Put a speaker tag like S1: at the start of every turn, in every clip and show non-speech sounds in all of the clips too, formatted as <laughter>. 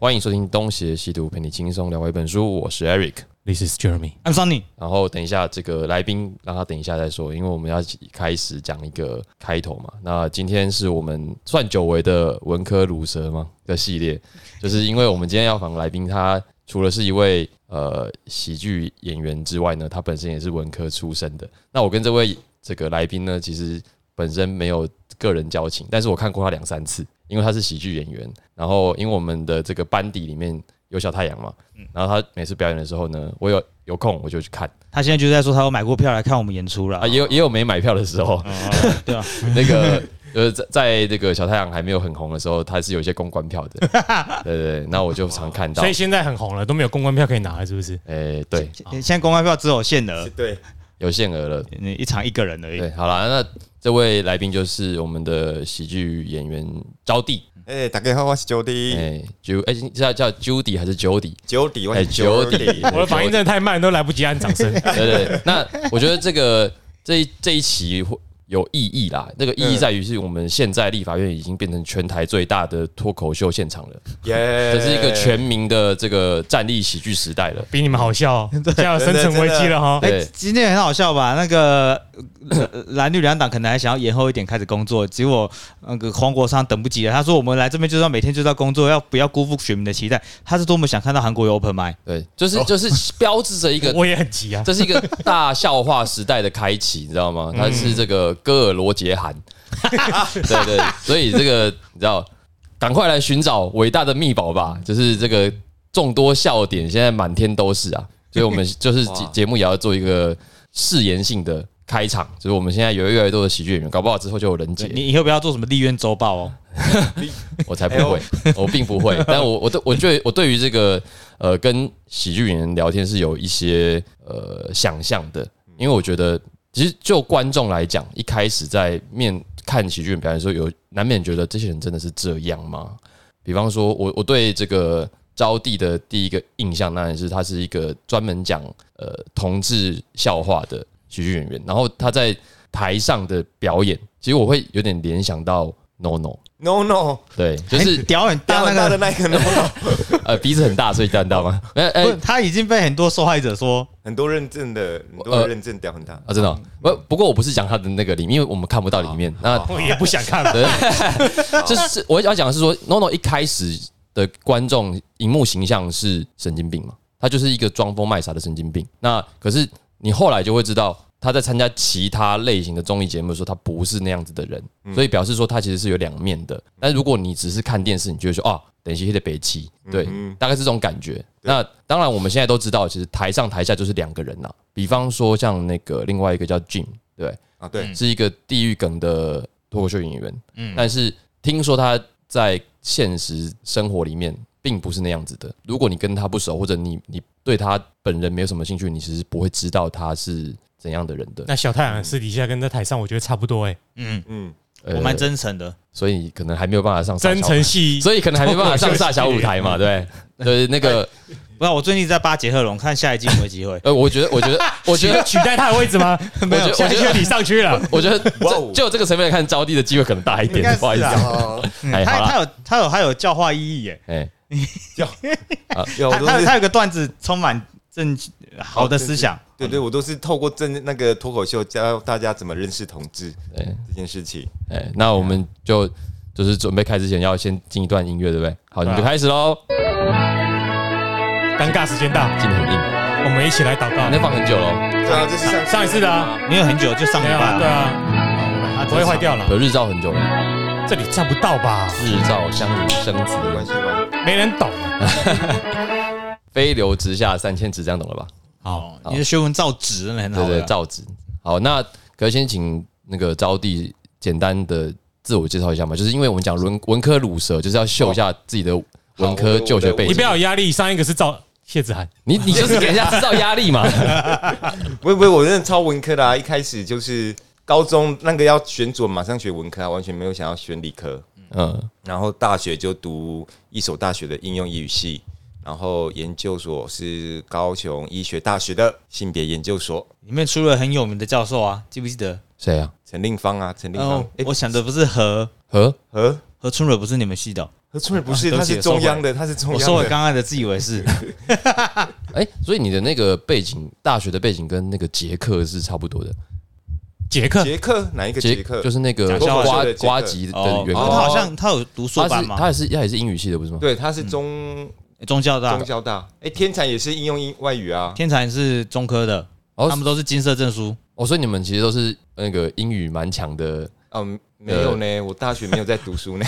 S1: 欢迎收听《东邪西毒》，陪你轻松聊回一本书。我是 Eric。
S2: This is Jeremy。
S3: I'm Sunny，
S1: 然后等一下这个来宾让他等一下再说，因为我们要开始讲一个开头嘛。那今天是我们算久违的文科乳蛇吗的系列，就是因为我们今天要访来宾，他除了是一位呃喜剧演员之外呢，他本身也是文科出身的。那我跟这位这个来宾呢，其实本身没有个人交情，但是我看过他两三次，因为他是喜剧演员，然后因为我们的这个班底里面有小太阳嘛，然后他每次表演的时候呢，我有有空我就去看
S3: 他现在就在说他有买过票来看我们演出了
S1: 啊，也有也有没买票的时候，
S3: 哦对啊，
S1: <laughs> 那个就是在在这个小太阳还没有很红的时候，他是有一些公关票的，
S2: <laughs>
S1: 对对对，那我就常看到
S2: 所以，现在很红了，都没有公关票可以拿了，是不是？
S1: 诶，对，
S3: 现在公开票只有限额，
S4: 对，
S1: 有限额了，
S3: 你一场一个人而已
S1: 对，。好啦，那这位来宾就是我们的喜剧演员招娣，
S4: 哎、大家好，我是九
S2: 嗯
S4: 弟，
S1: 诶 j 哎叫叫 Judy 还是 Jody？
S4: 九弟，我
S1: 哎
S4: 是九
S1: 九弟
S4: 弟，
S2: 我的反应真的太慢，都来不及按掌声。
S1: 对对对，那我觉得这个这一这一期会有意义啦。那个意义
S2: 嗯
S1: 在于是我们现在立法院已经变成全台最大的脱口秀现场了，
S4: 耶
S1: <laughs> 这是一个全民的这个站立喜剧时代了。
S2: 比你们好笑、哦，现在有生存危机了哦哈。
S1: 对
S3: 哎，今天很好笑吧？那个呃蓝绿两党可能还想要延后一点开始工作，结果呃那个黄国昌等不及了。他说：“我们来这边就是要每天就是要工作，要不要辜负选民的期待？”他是多么想看到韩国有 open m i
S1: 对，就是就是标志着一个，
S2: <laughs> 我也很急啊，
S1: 这是一个大笑话时代的开启，你知道吗？它是这个戈尔罗杰汗， <laughs> 对对，所以这个你知道，赶快来寻找伟大的密宝吧！就是这个众多笑点，现在满天都是啊，所以我们就是节节目也要做一个誓言性的开场，就是我们现在有越来越多的喜剧演员，搞不好之后就有人解，
S3: 你以后不要做什么立院周报哦。
S1: 我才不会， <laughs> 我并不会。但我我对我对我对于这个呃跟喜剧演员聊天是有一些呃想象的，因为我觉得其实就观众来讲，一开始在面看喜剧演员表演的时候，有难免觉得这些人真的是这样吗？比方说我我对这个招娣的第一个印象，当然是他是一个专门讲呃同志笑话的喜剧演员，然后他在台上的表演，其实我会有点联想到 No No。
S4: ，no no，
S1: 对，就是
S3: 哎屌很大
S4: 大很大
S3: 那
S4: 的
S3: 个，
S4: 那个 no no，
S1: 呃鼻子很大，所以看到吗？哎哎
S3: 不是他已经被很多受害者说
S4: 很多认证的，很多
S1: 呃
S4: 人认证屌很大，
S1: 啊，真的哦不不过我不是讲他的那个里面，因为我们看不到里
S3: 哦
S1: 面。那
S2: 我也不想看。
S1: <laughs> 就是我要讲的是说，NONO 一开始的观众荧幕形象是神经病嘛，他就是一个装疯卖傻的神经病。那可是你后来就会知道，他在参加其他类型的综艺节目的时候，他不是那样子的人，所以表示说他其实是有两面的。但如果你只是看电视，你就会说啊，等一下得北七，对，大概是这种感觉。那当然，我们现在都知道，其实台上台下就是两个人呐、比方说像那个另外一个叫 Jim，对不对。
S4: 啊，对，
S1: 是一个地狱梗的脱口秀演员，但是听说他在现实生活里面并不是那样子的。如果你跟他不熟，或者你你对他本人没有什么兴趣，你其实不会知道他是怎样的人的。
S2: 那小太阳私底下跟在台上，我觉得差不多哎、
S4: 嗯，
S1: 呃
S3: 我蛮真诚的。
S1: 所以可能还没有办法上
S2: 真诚
S1: 小，
S2: 系，
S1: 所以可能还没办法上大小舞台嘛，对不对？对，那个。
S3: 不然我最近在巴结贺龙，看下一季有没有机会
S1: <laughs> 呃，我觉得，我觉得，我觉得。
S2: 取代他的位置吗？
S1: 没有
S2: 下
S1: 我
S2: 一
S1: 觉
S2: 圈你上去了。
S1: 我觉得
S4: 哇哦
S1: 这就这个层面来看，招娣的机会可能大一点，不好意思，
S3: 啊
S4: 哦，
S1: 哎，好了，
S3: 他他有他有他有教化意义耶。
S1: 哎，
S4: 有
S3: 他
S4: 我都
S3: 他
S4: 是
S3: 他有个段子充满正好的思想，
S4: 对对，我都是透过真那个脱口秀教大家怎么认识同志
S1: 对，
S4: 这件事情。
S1: 哎，那我们
S2: 啊
S1: 就就是准备开之前要先进一段音乐，对不对？好，你
S2: 对啊
S1: 们就开始喽。
S2: 尴尬时间到，
S1: 进的很硬，
S2: 我们一起来祷
S1: 你在
S2: 告。
S1: 放很久喽，
S4: 对啊，这是上
S2: 上一次的啊，
S3: 没有很久就上
S2: 没
S3: 班
S2: 有啊，对
S3: 了。
S2: 啊，
S3: 他
S2: 不会坏掉了，
S1: 有日照很久了，
S2: 这里站不到吧？
S1: 日照相如生子，
S4: 没关系吧？
S2: 没人懂。
S1: 飞流直下三千尺，这样懂了吧？
S2: 好，
S3: 你的学文造纸真的很好啊
S1: 对
S3: 了，
S1: 对，造纸。好，那可以先请那个招娣简单的自我介绍一下嘛，就是因为我们讲文文科乳蛇，就是要秀一
S2: 哦
S1: 下自己的文科就学背
S2: 你不
S1: 景。
S2: 要有压力。上一个是赵谢子涵，
S1: 你你就是给人家制造压
S2: <laughs>
S1: 力嘛。
S4: 不不，我真的超文科的啊！一开始就是高中那个要选组，马上学文科啊，完全没有想要选理科。
S1: 嗯，
S4: 然后大学就读一所大学的应用英语系，然后研究所是高雄医学大学的性别研究所。
S3: 里面出了很有名的教授啊，记不记得？
S1: 谁啊？
S4: 陈令芳啊，陈令芳
S3: 哦哦，，我想的不是何
S1: 和
S4: 和
S3: 何春蕊，不是你们系的哦，
S4: 何春蕊不是，
S1: 啊对
S4: 他
S1: 不起
S4: 是中央的，他是中
S3: 我
S4: 央
S3: 收
S4: 的
S3: 回。刚刚的自以为是，
S1: 哎、所以你的那个背景，大学的背景跟那个捷克是差不多的。
S2: 杰克，
S4: 杰克哪一个杰克？
S1: 就是那个
S4: 讲笑话
S1: 瓜
S4: 说的捷克
S1: 瓜吉的
S3: 哦，
S1: 员
S3: 他
S1: 工，
S4: 哦
S3: 好像他有读硕
S1: 他
S3: 班
S1: 是
S3: 嘛，
S1: 他也是他也是英语系的，不是吗？
S4: 对，他是中
S3: 中教哦嗯大
S4: 中，交大。哎，天才也是应用英外语啊。
S3: 天才是中科的，
S1: 哦
S3: 他们都是金色证书。
S1: 哦，所以你们其实都是那个英语蛮强的，
S4: 嗯，没有呢，我大学没有在
S3: <laughs>
S4: 读书呢。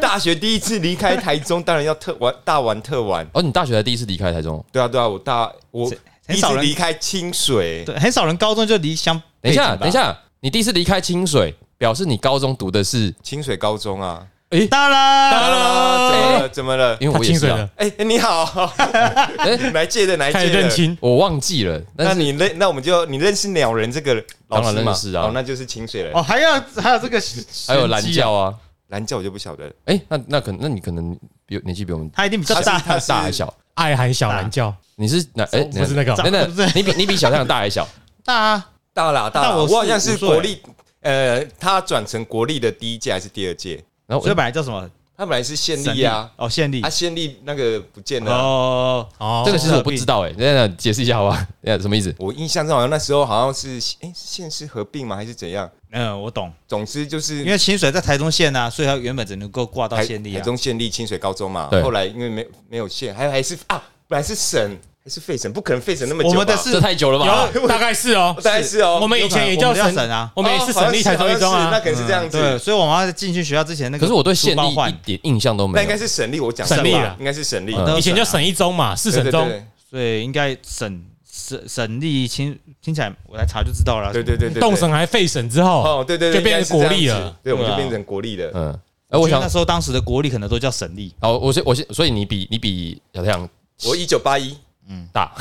S4: 大学第一次离开台中，当然要特玩大玩特玩。
S1: 哦，你大学才第一次离开台中哦。
S4: 对啊，对啊，我大我
S3: 这
S4: 第
S3: 很
S4: 一
S3: 少
S4: 次
S3: 人
S4: 离开清水，
S3: 对，很少人高中就离乡。
S1: 等一下，等一，下，你第一次离开清水，表示你高中读的是，
S4: 清水高中啊。
S3: 当然，
S4: 啊怎么了？怎么了？
S1: 因为
S2: 他
S1: 我也
S2: 清
S1: 是、
S2: 水
S1: 啊
S2: 的，，
S4: 哎，你好，
S1: 哎
S4: 哪一届的？哪一
S2: 开
S4: 届
S2: 始
S4: 的
S2: 认？清，
S1: 我忘记了，
S4: 那
S1: 但是
S4: 你认那我们就你认识鸟人这个老
S1: 当
S4: 师
S1: 然
S4: 吗？
S1: 认识啊
S4: 哦，那就是清水人。
S3: 哦，还有还有这个，
S1: 还有蓝教，啊，
S4: 蓝教我就不晓得了，
S1: 哎、那那可能那你可能比年纪比我们
S3: 他一定比较
S4: 他
S3: 大
S4: 是。他是
S1: 大还小，
S2: 爱喊小蓝叫，
S1: 你是哪？哎、
S2: 不是那个
S1: 等
S3: 对不对
S1: 等，你比你比小象大还小，
S3: 大啊，
S4: 大啦大
S3: 但
S4: 啦，
S3: 我
S4: 我
S3: 是
S4: 好像是
S3: 五岁
S4: 国立，呃，他转成国立的第一届还是第二届？
S1: 然后
S3: 所以
S1: 我
S3: 本来叫什么？
S4: 他本来是县
S3: 省
S4: 立啊，，
S3: 哦，县立
S4: 啊，，县立那个不见了啊、
S3: 哦，
S2: 哦，
S1: 这个其实我不知道哎、等等解释一下好吧？等一下什么意思？
S4: 我印象中好像那时候好像是哎、是县市合并吗？还是怎样？
S3: 嗯，我懂，
S4: 总之就是
S3: 因为清水在台中县啊，所以它原本只能够挂到
S4: 台
S3: 县立
S4: 台
S3: 啊。
S4: 中县立清水高中嘛
S1: 对，
S4: 后来因为没没有县，还还是啊，本来是省，还是废省，不可能废省那么久
S3: 我
S4: 吧。
S3: 们的
S1: 这
S3: 是，
S1: 太久了吧？
S2: 有大概是哦，
S4: 啊 <laughs> 大概是哦，
S2: 我们以前也叫
S3: 有可
S2: 省
S3: 能我们叫省啊
S2: 我们也是省立台中一中
S4: 哦好像是好像是那
S2: 啊，
S4: 可能是这样
S3: 嗯对，
S4: 子。
S3: 所以我们要进去学校之前，那个
S1: 可是我对县
S3: 书包
S1: 立
S3: 换
S1: 一点印象都
S4: 那
S1: 没
S4: 应该
S1: 有。
S4: 是省立，我讲
S2: 省立
S4: 错
S2: 啊
S4: 了应该是省立。
S1: 嗯
S3: 都
S2: 以前
S3: 省
S2: 叫
S3: 啊
S2: 省一中嘛，四省
S4: 对对
S2: 中，
S4: 对
S3: 所以应该省省省立听听起来，我来查就知道了。啊
S4: 对对对对，
S2: 动省还废省之后，
S4: 哦，对对对，
S2: 就变成
S4: 应该
S2: 国
S4: 是
S2: 立
S4: 这样
S2: 了
S4: 子，对，我们
S3: 对
S4: 就
S3: 啊
S4: 变成国立了。
S1: 嗯，哎、
S3: 我
S1: 我
S3: 觉得
S1: 想
S3: 那时候当时的国力可能都叫省力，
S1: 好，我先我先，所以你比你比小太阳
S4: 我一九八一，
S1: 大，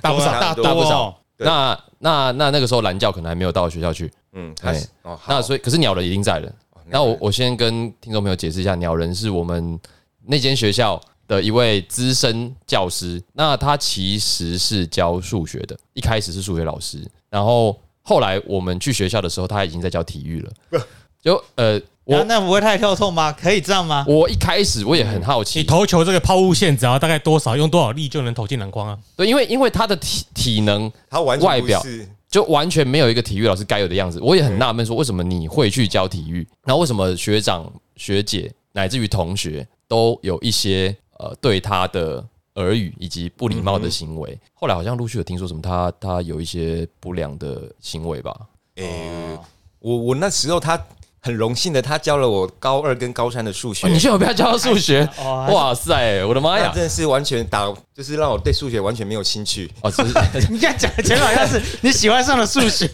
S3: 大不
S4: 对
S3: 少，
S4: 啊
S3: 大
S4: 大
S1: 不
S3: 少。
S4: 对
S1: 那那那那个时候蓝教可能还没有到学校去，
S4: 嗯，他是哦，好
S1: 那所以可是鸟人已经在了。
S4: 哦
S1: 那我
S4: 个
S1: 我先跟听众朋友解释一下，鸟人是我们那间学校的一位资深教师，那他其实是教数学的，一开始是数学老师，然后后来我们去学校的时候，他已经在教体育了。就呃，
S3: 我
S1: 我
S3: 那不会太跳痛吗？可以这样吗？
S1: 我一开始我也很好奇
S2: 你，投球这个抛物线，只要大概多少，用多少力就能投进篮筐
S4: <laughs>
S2: 啊？
S1: 对，因为因为他的体体能
S4: 他完
S1: 外
S4: 全不
S1: 表
S4: 是
S1: 就完全没有一个体育老师该有的样子。我也很纳闷，说为什么你会去教体育？然后为什么学长、学姐乃至于同学都有一些呃对他的耳语以及不礼貌的行为？后来好像陆续有听说什么他他有一些不良的行为吧？ <laughs>
S4: 哎、我我那时候他很荣幸的，他教了我高二跟高三的数学。
S1: 哦你现在不要教数学，
S3: 哦
S1: 哇塞，我的妈
S4: 哎呀，
S1: 呀！
S4: 真的是完全打，就是让我对数学完全没有兴趣。
S1: 哦，是
S3: 你刚才讲的前面好像是你喜欢上了数学，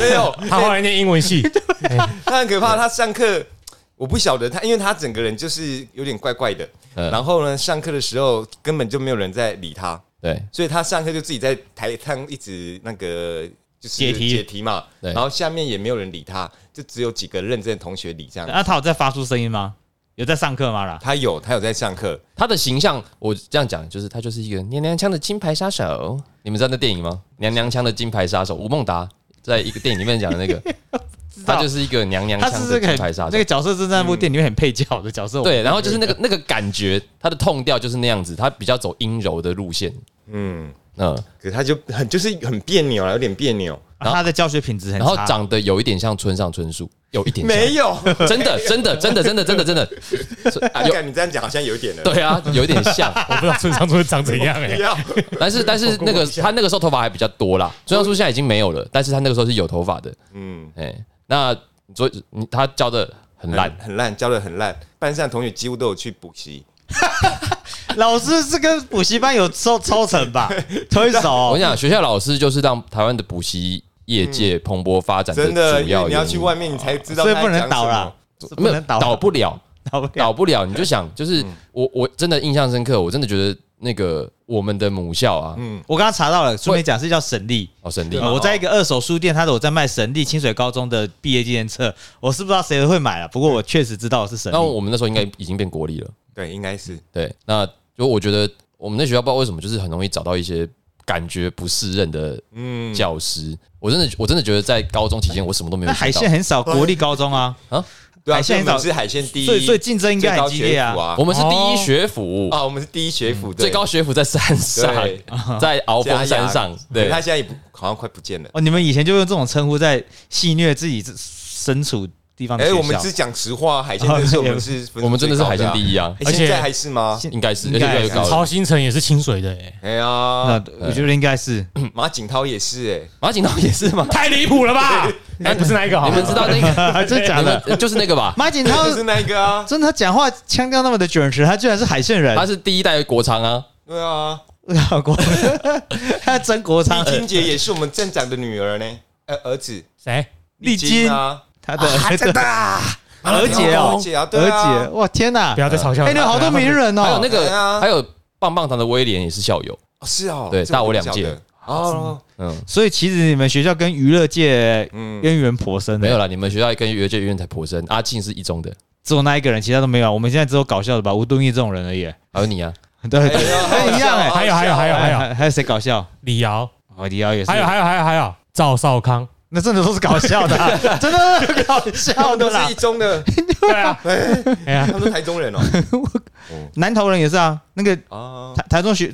S4: 没有，
S2: 他后来念英文
S4: <laughs>
S2: 系，
S4: 他很可怕。他上课我不晓得他，因为他整个人就是有点怪怪的。
S1: 嗯
S4: <laughs> 然后呢，上课的时候根本就没有人在理他，
S1: 对，
S4: 所以他上课就自己在台上一直那个就是
S3: 解题
S4: 解题嘛。
S1: 对
S4: 然后下面也没有人理他，就只有几个认真的同学理这
S3: <laughs>
S4: 样。
S3: 那他有在发出声音吗？有在上课吗啦？
S4: 他有，他有在上课，
S1: 他的形象，我这样讲，就是他就是一个娘娘腔的金牌杀手。你们知道那电影吗？娘娘腔的金牌杀手，吴孟达在一个电影里面讲的
S3: <laughs>
S1: 那个，他就是一个娘娘
S3: 他
S1: 腔
S3: 是
S1: 的
S3: 这个
S1: 金牌
S3: 很
S1: 杀
S3: 那
S1: 手嗯
S3: 个。角色是在那部电影里面很配角的角色，
S1: 对，然后就是那个那个感觉，他的痛调就是那样子，他比较走阴柔的路线。
S4: 嗯，
S1: 嗯，
S4: 可是他就很就是很别扭啊，有点别扭。
S3: 啊他的教学品质很
S1: 然后
S3: 差。
S1: 长得有一点像村上春树，有一点像，
S4: 没有，
S1: 真的，真的，真的，真的，真的，真的，
S4: 啊
S1: 有
S4: 干你这样讲好像有一点了。
S1: 对啊，有一点像。
S3: <laughs>
S2: 我不知道村上春树长怎样哎
S4: 不。 <laughs> 要，
S1: 但是，但是那个他那个时候头发还比较多啦，村上春树现在已经没有了，但是他那个时候是有头发的。
S4: 嗯，
S1: 哎、那所以你他教的很烂，
S4: 很烂，教的很烂。班上同学几乎都有去补习，
S3: 老师这个补习班有
S1: <laughs>
S3: 抽抽成吧？推
S1: 我
S3: 手
S1: 跟你讲，学校老师就是让台湾的补习业界蓬勃发展
S4: 真
S1: 的主
S4: 的，因为
S1: 要
S4: 你要
S1: 原
S4: 去
S1: 因
S4: 外面，你才知道。
S3: 哦所以不能倒啦，是不
S1: 没有
S3: 能倒啊
S1: 倒不了，
S3: 倒不了。
S1: 倒不了。你就想，就是我我真的印象深刻，我真的觉得那个我们的母校啊，
S3: 我刚刚查到了，书面讲是叫省力。
S1: 哦，省立
S4: 对
S3: 呃我在一个二手书店，他的我在卖神力清水高中的毕业纪念册，我是不知道谁会买了，不过我确实知道是神
S1: 那
S3: 力。
S1: 我们那时候应该已经变国立了。
S4: 对，应该是
S1: 对，那就我觉得我们那学校不知道为什么，就是很容易找到一些感觉不适任的
S4: 嗯，
S1: 教师。我真的我真的觉得在高中期间，我什么都没有
S3: 那
S1: 学
S3: 海
S1: 到
S3: 鲜。很少国立高中啊，
S4: 对啊，
S3: 海鲜
S4: 所以我
S3: 很
S4: 们
S3: 早
S4: 是海鲜第一，
S3: 所以所以竞争应该
S4: 最高
S3: 很激烈
S4: 学
S3: 啊
S4: 府。啊
S1: 我，们是第一学府，
S4: 啊，我们是第一学府，对
S1: 最高学府在山上，
S4: 对
S1: 在鳌峰山上。
S4: 对，
S1: 对
S4: 他，现在也不好像快不见了。
S3: 哦，你们以前就用这种称呼在戏谑自己自身处地方的
S4: 哎，
S3: 学校。
S4: 我们只讲实话，海鲜
S3: <laughs>
S4: 真的是我们是，
S1: 我们真的是海鲜第
S4: 一，
S1: 一啊，
S4: 哎
S2: 而且
S4: 现在还是吗？
S3: 现
S1: 应该是，而且
S3: 应该
S1: 越来越高了。
S2: 曹新城也是清水的、欸，
S4: 哎呀，
S1: 啊
S3: 那我觉得应该是
S1: 哎
S4: 马景涛也是，哎
S1: 马景涛也是吗？
S2: 太离谱了吧？哎，不是那一个好
S1: 你
S2: 了，
S1: 们知道那个
S3: 啊真的假
S1: 你们
S3: 的？
S1: 呃就是那个吧？
S3: 马景
S4: 哎，
S3: 涛
S4: 就是那一个啊，
S3: 真的他讲话腔调那么的卷舌，他居然是海线人
S2: 啊
S1: 他，是第一代国昌啊，
S4: 对啊，
S2: <laughs>
S3: 国他呃曾国昌
S4: 丽金姐也是我们站长的女儿呢，呃，儿子
S2: 谁？
S3: 丽晶
S4: 啊，
S3: 他的儿子
S4: 真的啊，
S3: 儿姐
S4: 儿
S3: 哦，
S4: 姐啊，对
S3: 儿姐，
S4: 啊，
S3: 哇天哪
S2: 不！要再嘲笑。
S3: 哎，你有好多名人
S1: 还有那
S3: 哦，
S4: 对
S1: 个
S4: 啊
S1: 还有棒棒糖的威廉也是校友，
S4: 哦是哦，
S1: 对
S4: 这
S1: 大我
S4: 不
S1: 两
S4: 晓
S1: 届
S4: 得哦，
S1: 嗯。
S3: 所以其实你们学校跟娱乐界
S4: 嗯，
S3: 渊源颇深啊
S1: 没有
S3: 的，
S1: 啦，你们学校跟约界医院才颇深，阿庆是一中的，
S3: 只有那一个人，其他都没有啊。我们现在只有搞笑的吧，吴敦义这种人而
S2: <laughs>
S3: 已。
S1: 还有你啊，
S3: 对，
S4: 哎呀
S3: 跟
S4: 好
S3: 一样
S4: 笑
S3: 哎。
S4: <laughs> 好
S2: 还有还有
S4: 笑
S2: 还有
S4: 哎
S2: 还
S4: <laughs>
S2: 有
S3: 还有谁搞笑？
S2: 李瑶，
S3: 哦，迪奥也是。
S2: 还有还有还有还有赵少康，
S3: 那真的都是搞笑的啊、
S2: <laughs>
S3: 真的都是搞
S4: 他
S3: 笑
S4: 们
S3: 的
S4: 都是
S3: 啦
S4: 一。
S1: <laughs>
S4: 中的，
S2: 对啊， <laughs> 哎呀
S4: 他，们都台中人哦，
S3: 南投人也是啊，那个
S4: 啊，
S3: 台台中学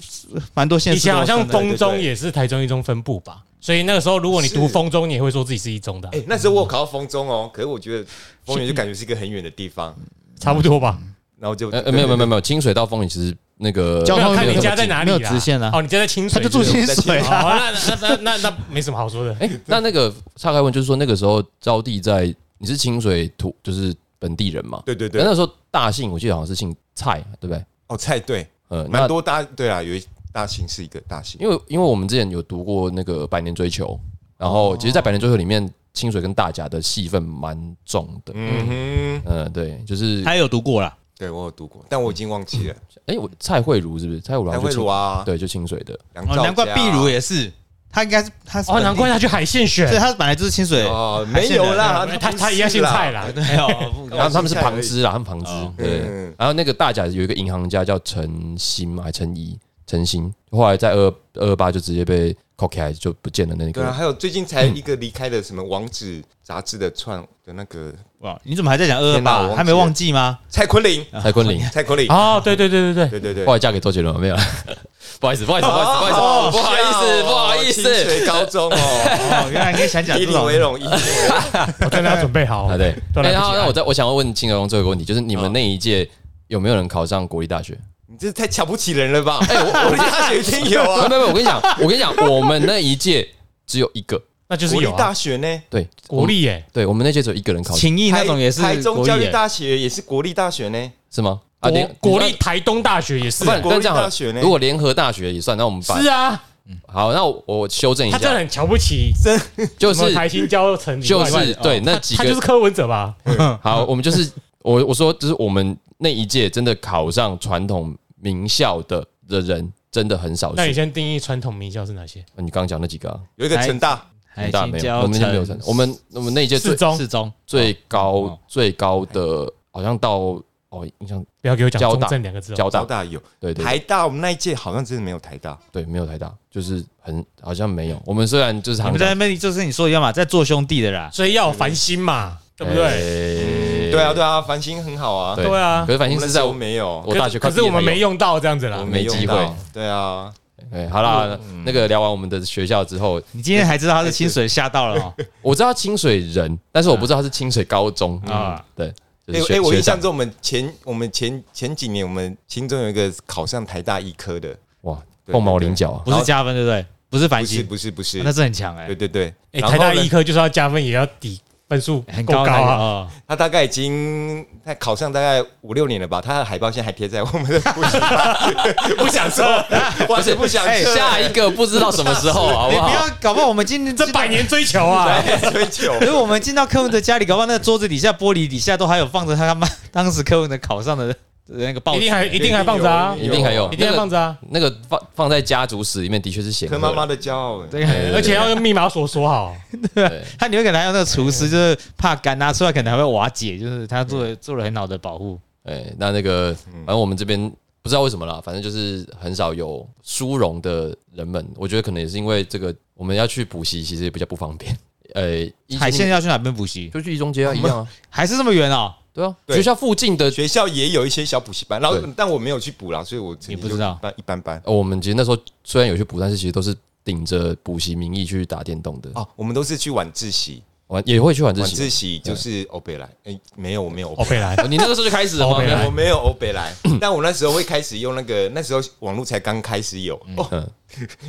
S3: 蛮多县
S2: 以
S3: 市
S2: 前
S3: 都
S2: 好
S3: 有
S2: 像
S3: 分的，
S2: 丰中也是台中一中分部吧，所以那个时候如果你读
S4: 是
S2: 丰中，你也会说自己是一中的啊，
S4: 哎，那时候我有考到丰中哦，可是我觉得丰原就感觉是一个很远的地方，
S2: 差不多吧。
S4: 然后就
S1: 呃呃没有没有没有没有，清水到风雨其实那个
S3: 交
S2: 没有
S3: 通
S2: 看
S3: 没
S2: 你
S3: 有
S2: 家在哪里
S3: 没有直线啊
S2: 哦，你家在清
S3: 他
S2: 水，
S3: 就住
S2: 是不是
S3: 清水
S2: 哦，那那
S3: 啊。
S2: 那那那那没什么好说的。
S1: 哎、那那个岔开问，就是说那个时候招娣在你是清水土，就是本地人嘛？
S4: 对对
S1: 那
S4: 对，
S1: 那时候大姓我记得好像是姓蔡，对不对？
S4: 哦，菜对，
S1: 呃，
S4: 蛮
S1: 那
S4: 多大对啊，有一大兴是一个大兴，
S1: 因为因为我们之前有读过那个《百年追求》，然后其实，在《百年追求》里面，清水跟大甲的戏份蛮重的。嗯
S4: 嗯哼，
S1: 呃，对，就是哎、
S3: 他也有读过啦，
S4: 对我有读过，但我已经忘记了，
S1: 我蔡慧茹是不是？蔡慧茹好
S4: 还
S1: 像就
S4: 会
S1: 清
S4: 鲁啊，
S1: 对，就清水的。
S4: 梁
S3: 哦，
S4: 兆啊
S3: 难怪
S4: 佳
S3: 壁炉也是，他应该是他是
S2: 哦，难怪，他去海线选
S3: 所以，他本来就是清水。
S4: 哦，没有啦，
S2: 他他一样姓蔡
S4: 了，
S2: 啦。
S3: 对哦，
S1: 然后他们是旁支啦，他们旁支。
S3: 哦
S1: 对，
S4: 嗯
S1: 然后那个大甲有一个银行家叫陈新嘛，还陈怡、陈新，后来在二二八就直接被扣起来，就不见了那
S4: 对啊，
S1: 个。
S4: 还有最近才一个离开的什么王子杂志的创的那个
S3: 哇，你怎么还在讲二二
S4: 天哪我忘
S3: 八？啊
S4: 记
S3: 还没忘记吗？
S4: 蔡坤林，
S1: 蔡坤林，
S4: 蔡坤林，
S2: 哦，对对对对对，
S4: 对对对
S1: 后，来嫁给周杰伦了没有？不好意思，不好意思，不好意思，
S4: 哦
S1: 不好意思，不好意思，不好
S4: 清
S1: 意思。
S4: 水高中
S1: <laughs>
S4: 哦，
S3: 哦，原来你也想讲
S4: 以
S3: 这
S4: 你
S3: 种
S4: 为荣，以你为荣，
S2: 我哦真的要准备好。
S1: 啊，对。
S2: 都
S1: 哎
S2: 来
S1: 然
S2: 不及
S1: 后
S2: 按
S1: 那我再我想要问金德龙最后一个问题，就是你们那一届有没有人考上国立大学？
S4: 你这太瞧不起人了吧？哎， <laughs> 我我的大学一定
S1: <laughs>
S4: 有
S1: 没有 <laughs>
S4: 啊，
S1: 没有，我跟你讲，我跟你讲，我们那一届只有一个，
S2: 那就是
S4: 国立
S2: 有啊
S4: 大学呢，
S1: 对，
S2: 国，立耶，
S1: 对我们那届只有一个人考上，
S3: 情谊那种也是
S4: 台中
S3: 国
S4: 教
S3: 语
S4: 育
S3: 耶。
S4: 大学也是国立大学呢，
S1: 是吗？
S2: 国
S1: 连
S2: 国立台东大学也
S1: 啊
S2: 是
S1: 不然，
S4: 国
S1: 但
S4: 立
S1: 这样好
S4: 大
S1: 了
S4: 学呢
S1: 如果联合大学也算，那我们把
S2: 是啊，
S1: 好，那我我修正一
S2: 他真的
S1: 下，
S2: 很瞧不起
S1: 就
S2: 什么
S1: 是
S2: 台新交城以
S1: 就
S2: 外的，
S1: 是嗯对那
S2: 他
S1: 几
S2: 他就是
S1: 个
S2: 柯文哲吧？
S1: 好，我们就是我我说就是我们那一届真的考上传统名校的的人真的很少数
S2: 那。你先定义传统名校是哪些？
S1: 你刚刚讲那几个啊，
S4: 有一个成大，
S3: 海
S1: 大
S3: 清
S1: 没有，
S3: 交
S1: 我们那没有
S3: 城
S1: 成，我们我们那一届最
S2: 四中
S3: 四中
S1: 最高
S3: 哦
S1: 最高
S2: 哎
S1: 的，好像到哦，印象
S2: 不要给我讲
S1: 交大
S2: 中正两个字哦。
S1: 交
S4: 交
S1: 大，
S4: 大有，
S1: 对对
S4: 台大我们那一届好像真的没有台大，
S1: 对，没有台大，就是很好像没有。我们虽然就是
S3: 你
S1: 常
S3: 们在那边就是你说一样嘛，在做兄弟的啦。
S2: 所以要有繁星嘛，对不对？
S1: 哎对
S4: 对啊对啊，繁星很好啊，
S1: 对
S2: 对啊
S1: 可是反
S4: 我
S1: 应
S4: 们那
S1: 是
S4: 时
S1: 在
S4: 候
S1: 我
S4: 没有，
S1: 我大学快
S2: 可是我们
S1: 毕业才
S2: 没
S1: 有，
S2: 用到这样子啦
S4: 我。
S1: 没
S4: 用
S1: 机
S4: 到
S1: 会，
S4: 对啊，
S1: 哎，好啦，
S2: 嗯
S1: 那个聊完我们的学校之后，
S3: 你今天还知道他是清水，吓到了哦。
S1: 我知道清水人，但是我不知道他是清水高中
S2: 嗯
S1: 啊
S3: 啊。
S1: 对，就
S4: 哎、
S1: 是
S4: 哎、
S1: 学
S4: 我
S1: 学
S4: 印象
S1: 长
S4: 中，我们前我们前前几年，我们心中有一个考上台大医科的，
S1: 哇，
S4: 对
S1: 凤毛麟角啊。
S3: 不是加分对不对？不是
S4: 不
S3: 繁
S4: 是
S3: 星，
S4: 不是不是，
S3: 那是很强哎
S4: 对，对对。
S2: 哎，
S4: 然
S2: 台
S4: 后
S2: 大
S4: 呢
S2: 医科就是要加分，也要抵分数
S3: 很
S2: 够
S3: 高
S2: 高
S3: 的
S2: 啊。
S3: 哦。
S4: 他大概已经他考上大概五六年了吧，他的海报现在还贴在我们的补习班，不想说，完全不想
S3: 哎
S4: 说
S1: 下一个不知道什么时候，啊
S4: <laughs>
S1: 好
S3: 你
S1: 不
S3: 不
S1: 好？
S3: 要，搞不好我们今天
S2: 这百。年追求啊，
S4: 来
S3: <laughs>
S4: 追求
S3: 因为我们进到柯文哲家里，搞不好那个桌子底下、玻璃底下都还有放着他他妈 <laughs> 当时柯文哲考上的那个
S2: 一
S3: 报纸
S2: 定，还一定还放着啊，
S1: 一定还有
S2: 一定还放着啊，
S1: 那个放放在家族史里面的确是显赫
S4: 柯
S1: 的。
S4: 妈妈的骄傲，
S3: 对
S1: 对
S2: 而且要用密码锁锁好。
S1: 对
S3: 他里面可能还有那个厨师，就是怕啊干拿出来可能还会瓦解，就是他做了做了很好的保护。
S4: 嗯
S1: 哎，那那个，反正我们这边不知道为什么啦，反正就是很少有殊荣的人们。我觉得可能也是因为这个，我们要去补习其实也比较不方便。 <laughs> 呃，一
S3: 海线要去哪边补习？
S1: 就去一中街啊，一样啊，
S3: 还是这么远哦？
S1: 对啊，
S4: 对
S1: 学校附近的。
S4: 学校也有一些小补习班，然后
S1: 对
S4: 但我没有去补啦，所以我成绩
S3: 你不
S4: 就
S3: 知道
S4: 一般一般般。
S1: 呃我们其实那时候虽然有去补，但是其实都是顶着补习名义去打电动的，
S4: 哦，我们都是去晚自习，
S1: 晚也会去晚自
S4: 晚
S1: 习啊
S4: 自。习就是欧贝莱，哎，没有，我没有
S2: 哦
S4: 欧，贝
S2: 贝
S1: <laughs>
S2: 莱
S1: 哦你那个时候就开始了吗？
S2: 哦没有
S4: 莱，我没有欧贝莱， <coughs> 但我那时候会开始用那个，那时候网络才刚开始有哦， <laughs>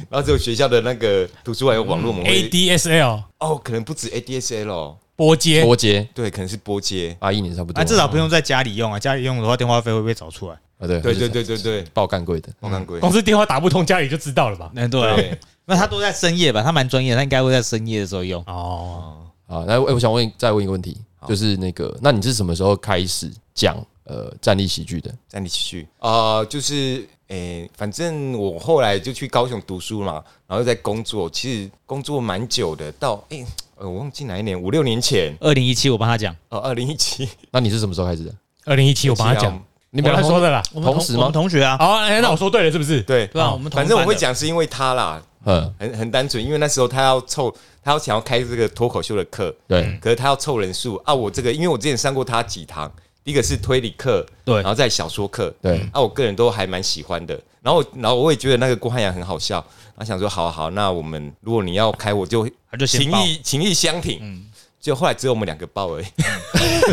S4: 然后只有学校的那个图书馆有网络，
S2: 嗯
S4: 我们会
S2: ，ADSL
S4: 哦，可能不止 ADSL，哦
S2: 波接，
S1: 脱节
S4: 对，可能是波接，
S1: 八一年差不多。
S3: 啊，至少不用在家里用啊，家里用的话，电话费会不会找出来？
S1: 啊，对嗯
S4: 对对，对对对，
S1: 爆干贵的。
S4: 我看过。
S2: 公司电话打不通，家里就知道了吧？
S3: 嗯，对啊
S4: 对，
S3: 那他都在深夜吧？他蛮专业的，他应该会在深夜的时候用。
S2: 哦，
S1: 啊，那我我想问，再问一个问题，就是那个，那你是什么时候开始讲呃站立喜剧的？
S4: 站立喜剧啊，呃就是诶、反正我后来就去高雄读书嘛，然后在工作，其实工作蛮久的，到诶、呃，我忘记哪一年，五六年前，
S3: 二零一七，我帮他讲，
S4: 哦，二零一七，
S1: 那你是什么时候开始的？
S2: 二零一七我帮他讲，，
S1: 你
S2: 我
S1: 本来
S2: 他说的啦。
S3: 我们
S1: 同时吗
S3: 我们同学啊，
S2: 好，哎那我说对了是不是？
S4: 对，
S3: 对啊，
S2: 好
S3: 我们同
S4: 反正我
S3: 班
S4: 会
S3: 的，
S4: 讲是因为他啦，
S1: 嗯，
S4: 很很单纯，因为那时候他要凑，他要想要开这个脱口秀的课，
S1: 对，
S4: 可是他要凑人数啊，我这个因为我之前上过他几堂，第一个是推理课，
S3: 对
S4: 然后再小说课，
S1: 对，
S4: 啊，我个人都还蛮喜欢的。然后我，然后我也觉得那个郭汉阳很好笑，然后想说，好好，那我们如果你要开，我就
S3: 他就先
S4: 情
S3: 报。嗯
S4: 意情意相挺。就后来只有我们两个报而已，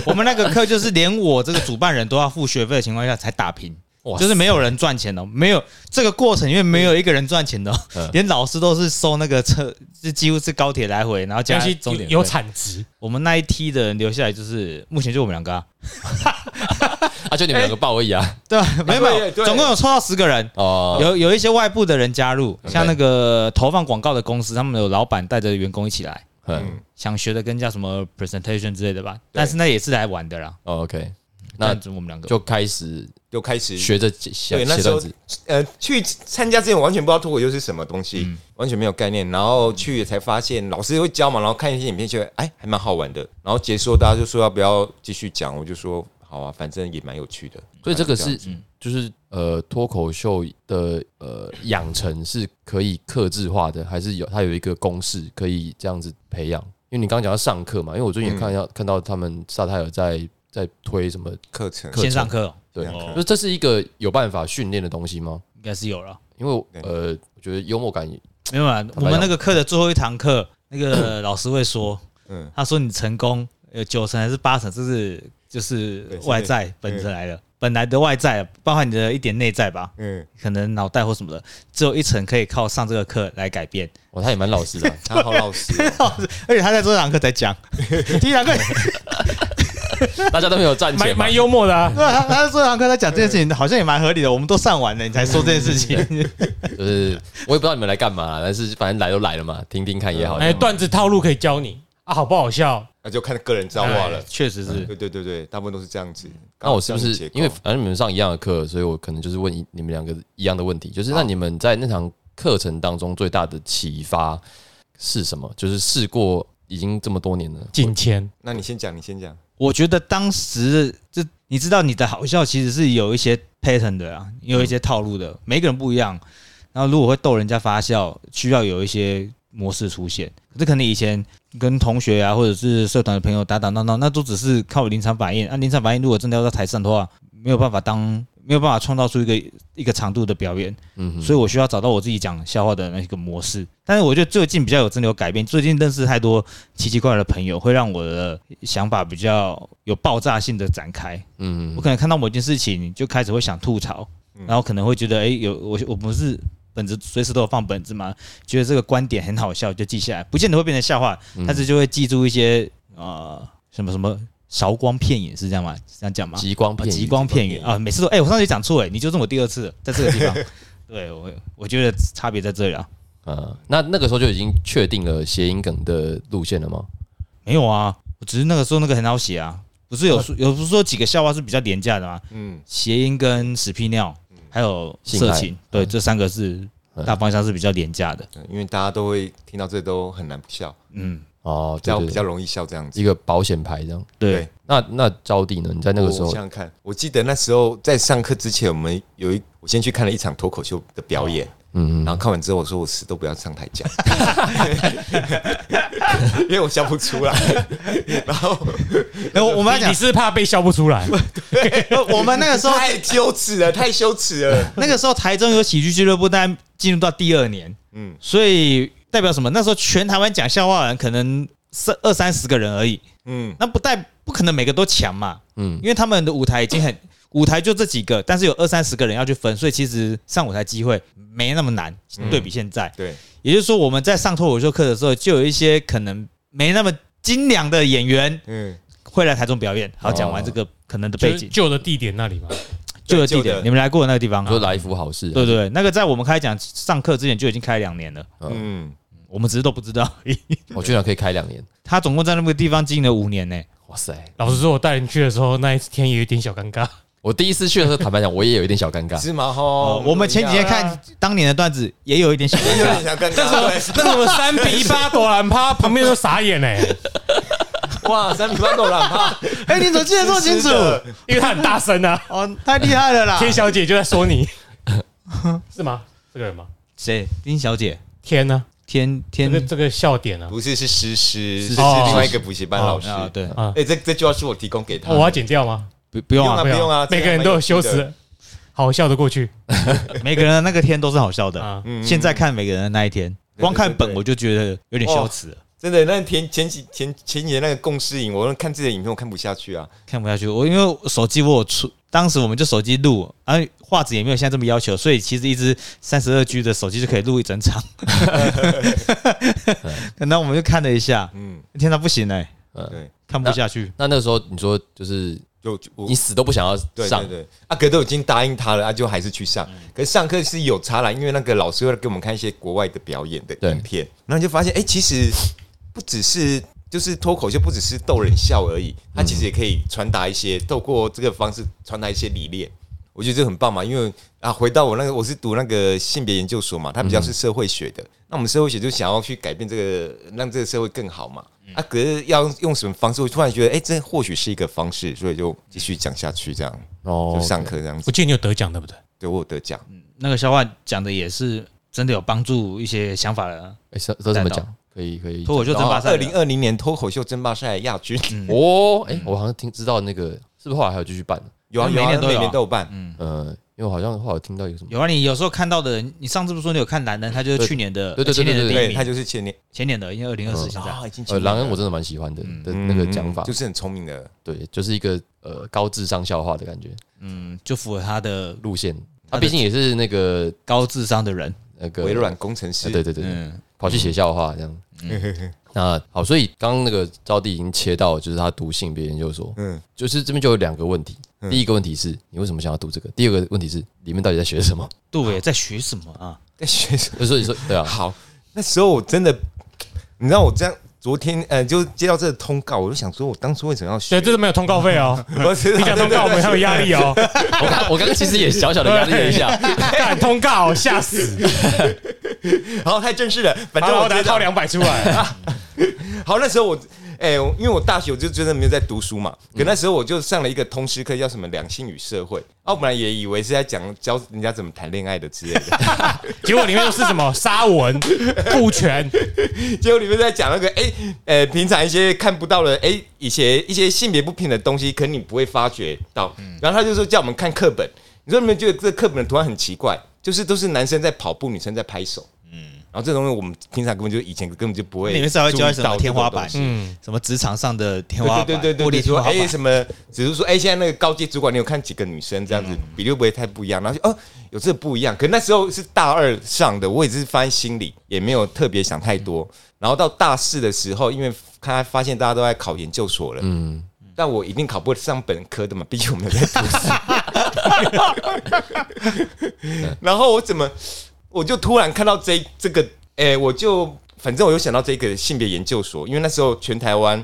S3: 我们那个课就是连我这个主办人都要付学费的情况下才打平。就是没有人赚钱的，没有这个过程，因为没有一个人赚钱的哦，连老师都是收那个车，就几乎是高铁来回，然后加
S2: 江西
S3: 重点
S2: 有产值，
S3: 我们那一梯的人留下来，就是目前就我们两个啊， <laughs>
S1: 啊，就你们两个爆而已啊。
S3: 对吧？没有，没有
S4: 对对
S3: 总共有抽到十个人，
S1: 哦，
S3: 有有一些外部的人加入，
S1: OK
S3: 像那个投放广告的公司，他们有老板带着员工一起来，
S1: 嗯
S3: 想学的跟叫什么 presentation 之类的吧，但是那也是来玩的啦。
S1: 哦，OK，那
S3: 那我们两个
S1: 就开始
S4: 就开始
S1: 学着写写
S4: 对那
S1: 写
S4: 时
S1: 段
S4: 候
S1: 子。
S4: 呃去参加之前我完全不知道脱口秀是什么东
S3: 嗯
S4: 西，完全没有概念。然后去才发现老师会教嘛，然后看一些影片，觉得哎还蛮好玩的。然后结束大家就说要不要继续讲，我就说好啊，反正也蛮有趣的。
S1: 所以这个
S4: 反正
S1: 是就是呃脱口秀的呃养成是可以克制化的，还是有它有一个公式可以这样子培养？因为你刚刚讲到上课嘛，因为我最
S4: 嗯
S1: 近也看到、看到他们萨泰尔在在推什么，
S4: 这样课程
S3: 线上课哦
S1: 对，
S4: 这样
S1: 就是这是一个有办法训练的东西吗？
S3: 应该是有了。
S1: 因为我呃，我觉得幽默感
S3: 没有啦，
S1: 白
S3: 我们那个课的最后一堂课，那个 <clears throat> 老师会说，
S4: 嗯
S3: 他说你成功有九成还是八成，这是就是
S4: 对是
S3: 外在本身来的，本来的外在，包含你的一点内在吧，
S4: 嗯，
S3: 可能脑袋或什么的，只有一层可以靠上这个课来改变。
S1: 哦，他也蛮老实
S4: <laughs>
S1: 的啊、
S4: 他好老实哦、
S3: 而且他在这堂课才讲，第一堂课， <laughs>
S1: 大家都没有赚
S2: 蛮
S1: 钱嘛
S2: 蛮。幽默的啊。
S3: 对啊，他他在这堂课他讲这件事情，好像也蛮合理的。我们都上完了，你才说这件事情，
S1: 就是我也不知道你们来干嘛，但是反正来都来了嘛，听听看也好。
S4: 嗯
S2: 哎，段子套路可以教你啊，好不好笑？
S4: 那就看个人造化了。
S3: 确实是。
S4: 对对对对，大部分都是这样子。
S1: 哎嗯那我是不
S4: 这样的
S1: 是
S4: 结构
S1: 因为反正你们上一样的课，所以我可能就是问一你们两个一样的问题，
S4: 嗯
S1: 就是那你们在那堂课程当中最大的启发是什么？就是试过已经这么多年了，
S2: 金钱
S4: 那你先讲，你先讲。
S3: 我觉得当时这你知道你的好笑其实是有一些 pattern 的啊，有一些套路的，每个人不一样。然后如果会逗人家发笑，需要有一些模式出现。可是可能以前跟同学啊，或者是社团的朋友打打闹闹，那都只是靠临场反应。啊，临场反应如果真的要在台上的话，没有办法当没有办法创造出一个一个长度的表演。
S1: 嗯哼，
S3: 所以我需要找到我自己讲笑话的那个模式。但是我觉得最近比较有真的有改变，最近认识太多奇奇怪怪的朋友，会让我的想法比较有爆炸性的展开。
S1: 嗯
S3: 我可能看到某件事情就开始会想吐槽，然后可能会觉得，哎、有我我不是本子随时都有放本子嘛，觉得这个观点很好笑就记下来，不见得会变成笑话，
S1: 嗯
S3: 但是就会记住一些呃什么什么韶光片影是这样吗？是这样讲吗？
S1: 极光片，
S3: 哦极光片语
S4: 极光片语
S3: 啊，每次都哎、我上次也讲错哎，你纠正我第二次了，在这个地方，对我我觉得差别在这里啊，
S1: 呃，那那个时候就已经确定了谐音梗的路线了吗？
S3: 没有啊，我只是那个时候那个很好写啊，不是有说有不是说几个笑话是比较廉价的吗？
S4: 嗯，
S3: 谐音跟屎屁尿还有色
S1: 性
S3: 情，对，这三个是
S1: 嗯
S3: 大方向是比较廉价的，
S4: 对因为大家都会听到这都很难不笑，
S3: 嗯，
S1: 哦，对
S4: 这样
S1: 对
S4: 比较容易笑这样子。
S1: 一个保险牌这样。
S3: 对，
S1: 那那招娣呢？你在那个时
S4: 我
S1: 候
S4: 想想看，我记得那时候在上课之前，我们有一我先去看了一场脱口秀的表演，
S1: 嗯
S4: 嗯，然后看完之后我说我死都不要上台讲， <laughs> 因为我笑不出来。
S1: <laughs>
S4: 然后
S3: 哎，我我们要
S2: 你
S3: 讲，
S2: 是怕被笑不出来，
S3: 呃我们那个时
S4: <laughs>
S3: 候
S4: 太羞耻了，太羞耻了。
S3: 那个时候台中有喜剧俱乐部，但进入到第二年，
S4: 嗯，
S3: 所以代表什么？那时候全台湾讲笑话的人可能三二三十个人而已，
S4: 嗯，
S3: 那不代不可能每个都强嘛，
S1: 嗯，
S3: 因为他们的舞台已经很舞台就这几个，但是有二三十个人要去分，所以其实上舞台机会没那么难。对比现在，
S4: 对，
S3: 也就是说我们在上脱口秀课的时候，就有一些可能没那么精良的演员
S4: 嗯，
S3: 会来台中表演。好，讲完
S1: 哦
S3: 这个可能的
S2: 就
S3: 背
S2: 是
S3: 景，
S2: 旧的地点那里嘛。
S3: 旧的
S4: 旧
S3: 地
S4: 的
S3: 点，你们来过的那个地方
S1: 就
S3: 啊？
S1: 来福好事、啊，
S3: 对对对，那个在我们开讲上课之前就已经开两年了，
S1: 哦
S4: 嗯，
S3: 我们只是都不知道而已。
S1: 我居然可以开两年，
S3: 他总共在那个地方经营了五年呢、
S1: 哇塞！
S2: 老实说，我带你去的时候，那一天也有点小尴尬。
S1: 我第一次去的时候，坦白讲，我也有一点小尴尬。
S4: 芝麻
S3: 哦
S4: 吼，，
S3: 我们前几天
S4: 一样
S3: 看当年的段子，也有一点小尴
S4: 有
S3: 尬
S4: 点。想跟，
S2: 那什么三比八躲懒趴， <laughs> 旁边都傻眼哎、
S4: 对哇，三米八都懒怕，
S3: <laughs> 哎、你怎么记得这么清楚
S4: 是？的
S2: 因为他很大声
S3: <laughs>
S2: 啊。
S3: 哦，太厉害了啦！
S2: 天小姐就在说你，是吗？这个人吗？
S3: 谁？丁小姐，
S2: 天呢、
S3: 天
S2: 这
S3: 天
S2: 个这个笑点啊，
S4: <laughs> 不是是诗诗，
S3: 是
S4: 是另外一个补习班老师。
S3: 啊，对，
S2: 啊，
S4: 哎，这这句话是我提供给他
S2: 哦我要剪掉吗？
S3: 不不用啊，
S4: <laughs> 不用啊这
S2: 每
S4: 样
S2: 个人都有羞
S4: 蛮有
S2: 耻，好笑的过去
S3: 每个人的那个天都是好笑的。
S2: 啊。
S4: 嗯
S3: 现在看每个人的那一天，
S4: 对
S3: 光看
S4: 对对
S3: 本我就觉得有点羞耻了，
S4: 真的，那前前几前前几年那个共识影，我看自己的影片我看不下去啊。
S3: 看不下去。我因为我手机我有出，当时我们就手机录，啊，画质也没有现在这么要求，所以其实一支三十二 G 的手机就可以录一整场。那我们就看了一下，
S4: 嗯，
S3: 天哪，不行哎、
S1: 嗯，
S4: 对，
S3: 看不下去。
S1: 那那个时候你说就是
S4: 就就我
S1: 你死都不想要
S4: 对
S1: 上
S4: 对，对，阿格都已经答应他了，他啊就还是去上。可是上课是有差啦，因为那个老师会给我们看一些国外的表演的
S1: 对
S4: 影片，然后你就发现，哎、其实不只是就是脱口秀，不只是逗人笑而已，他其实也可以传达一些，透过这个方式传达一些理念。我觉得这很棒嘛，因为啊，回到我那个，我是读那个性别研究所嘛，它比较是社会学的。那我们社会学就想要去改变这个，让这个社会更好嘛。啊，可是要用什么方式？我突然觉得，哎、这或许是一个方式，所以就继续讲下去，这样
S1: 哦
S4: 就上课这样子。
S2: 我记得你有得奖对不对？
S4: 对我有得奖，
S3: 那个笑话讲的也是真的有帮助一些想法的，
S1: 哎，这这怎么
S3: 带到
S1: 讲？可以可以
S3: 脱口秀
S4: 然
S3: 争
S4: 后
S3: 霸赛
S4: 二
S3: 的。
S4: 零二零年脱口秀争霸赛亚军，
S1: 哦，哎，我好像听知道那个是不是后来还有继续办？
S4: <laughs> 有啊
S3: 每
S4: 有啊，
S3: 年都有啊
S4: 每年都有办。
S1: 呃，因为我好像后来有听到有什么
S3: 有啊，你有时候看到的人，你上次不是说你有看男人，他就是
S1: 对
S3: 去年的，
S1: 对对对
S3: 前年的
S1: 对
S3: 第一
S4: 对，
S3: 名
S4: 他就是前年
S3: 前年的，因为二零二四现在，
S4: 啊，已经前
S1: 呃，
S4: 年了
S1: 狼人我真的蛮喜欢的
S3: 嗯
S1: 的那个讲
S4: 嗯
S1: 法
S4: 就，是很聪明的。
S1: 对，就是一个呃高智商笑话的感觉
S3: 嗯，就符合他的
S1: 路线。
S3: 他
S1: 他
S3: 的
S1: 毕竟也是那个
S3: 高智商的人，
S1: 那个
S4: 微软工程
S1: 啊
S4: 师，
S1: 对对对，对
S3: 嗯，
S1: 跑去写笑话这样。 <laughs> 那好，所以刚刚那个招娣已经切到，就是他读性别研究所，
S4: 嗯，
S1: 就是这边就有两个问题。
S4: 嗯
S1: 第一个问题是你为什么想要读这个？第二个问题是里面到底在学什么？
S3: 杜伟在学什么啊？
S4: 在学生
S1: 所以说对啊，
S4: 好， <laughs> 那时候我真的，你知道我这样，昨天呃，就接到这个通告，我就想说，我当初为什么要
S2: 对，
S4: 学？
S2: 这是没有通告费哦。
S4: <laughs> 我知道
S2: 你讲通告，我们还有压力
S1: 我
S2: 哦。
S1: 刚我刚刚其实也小小的压力了一下，
S2: 干通告吓死！
S4: <laughs> 然后太正式了，反
S2: 好
S4: 正
S2: 了，
S4: 我
S2: 我等
S4: 接
S2: 下掏
S4: 到。
S2: 两百出来。
S4: 好，那时候我，哎、我因为我大学我就真的没有在读书嘛，
S3: 嗯
S4: 可那时候我就上了一个通识课，叫什么两性与社会。啊，我本来也以为是在讲教人家怎么谈恋爱的之类的， <laughs>
S2: 结果里面又是什么沙文、顾全，
S4: 结果里面在讲那个，哎、呃，平常一些看不到的，哎、以前一些性别不平的东西，可能你不会发觉到。
S3: 嗯
S4: 然后他就说叫我们看课本，你说你们觉得这课本的图案很奇怪，就是都是男生在跑步，女生在拍手。嗯，然后这东西我们平常根本就以前根本就不会注
S3: 你
S4: 意到
S3: 们
S4: 这
S3: 稍
S4: 种
S3: 微
S4: 东
S3: 教一
S4: 西，
S3: 什么天花板，
S2: 嗯，。
S3: 什么职场上的天花
S4: 对
S3: 板，
S4: 对对对
S3: 玻
S4: 对，
S3: 璃
S4: 就
S3: 天
S4: 说
S3: 花
S4: 哎、
S3: 板，
S4: 什么，只是说哎、现在那个高阶主管，你有看几个女生这样
S3: 嗯
S4: 子，比例会不会太不一样？然后就哦，有这不一样。可那时候是大二上的，我也是放在心里，也没有特别想太
S3: 嗯
S4: 多。然后到大四的时候，因为看发现大家都在考研究所了，
S1: 嗯，
S4: 但我一定考不上本科的嘛，毕竟我没有在读书。然后我怎么，我就突然看到这这个，哎、我就反正我又想到这个性别研究所，因为那时候全台湾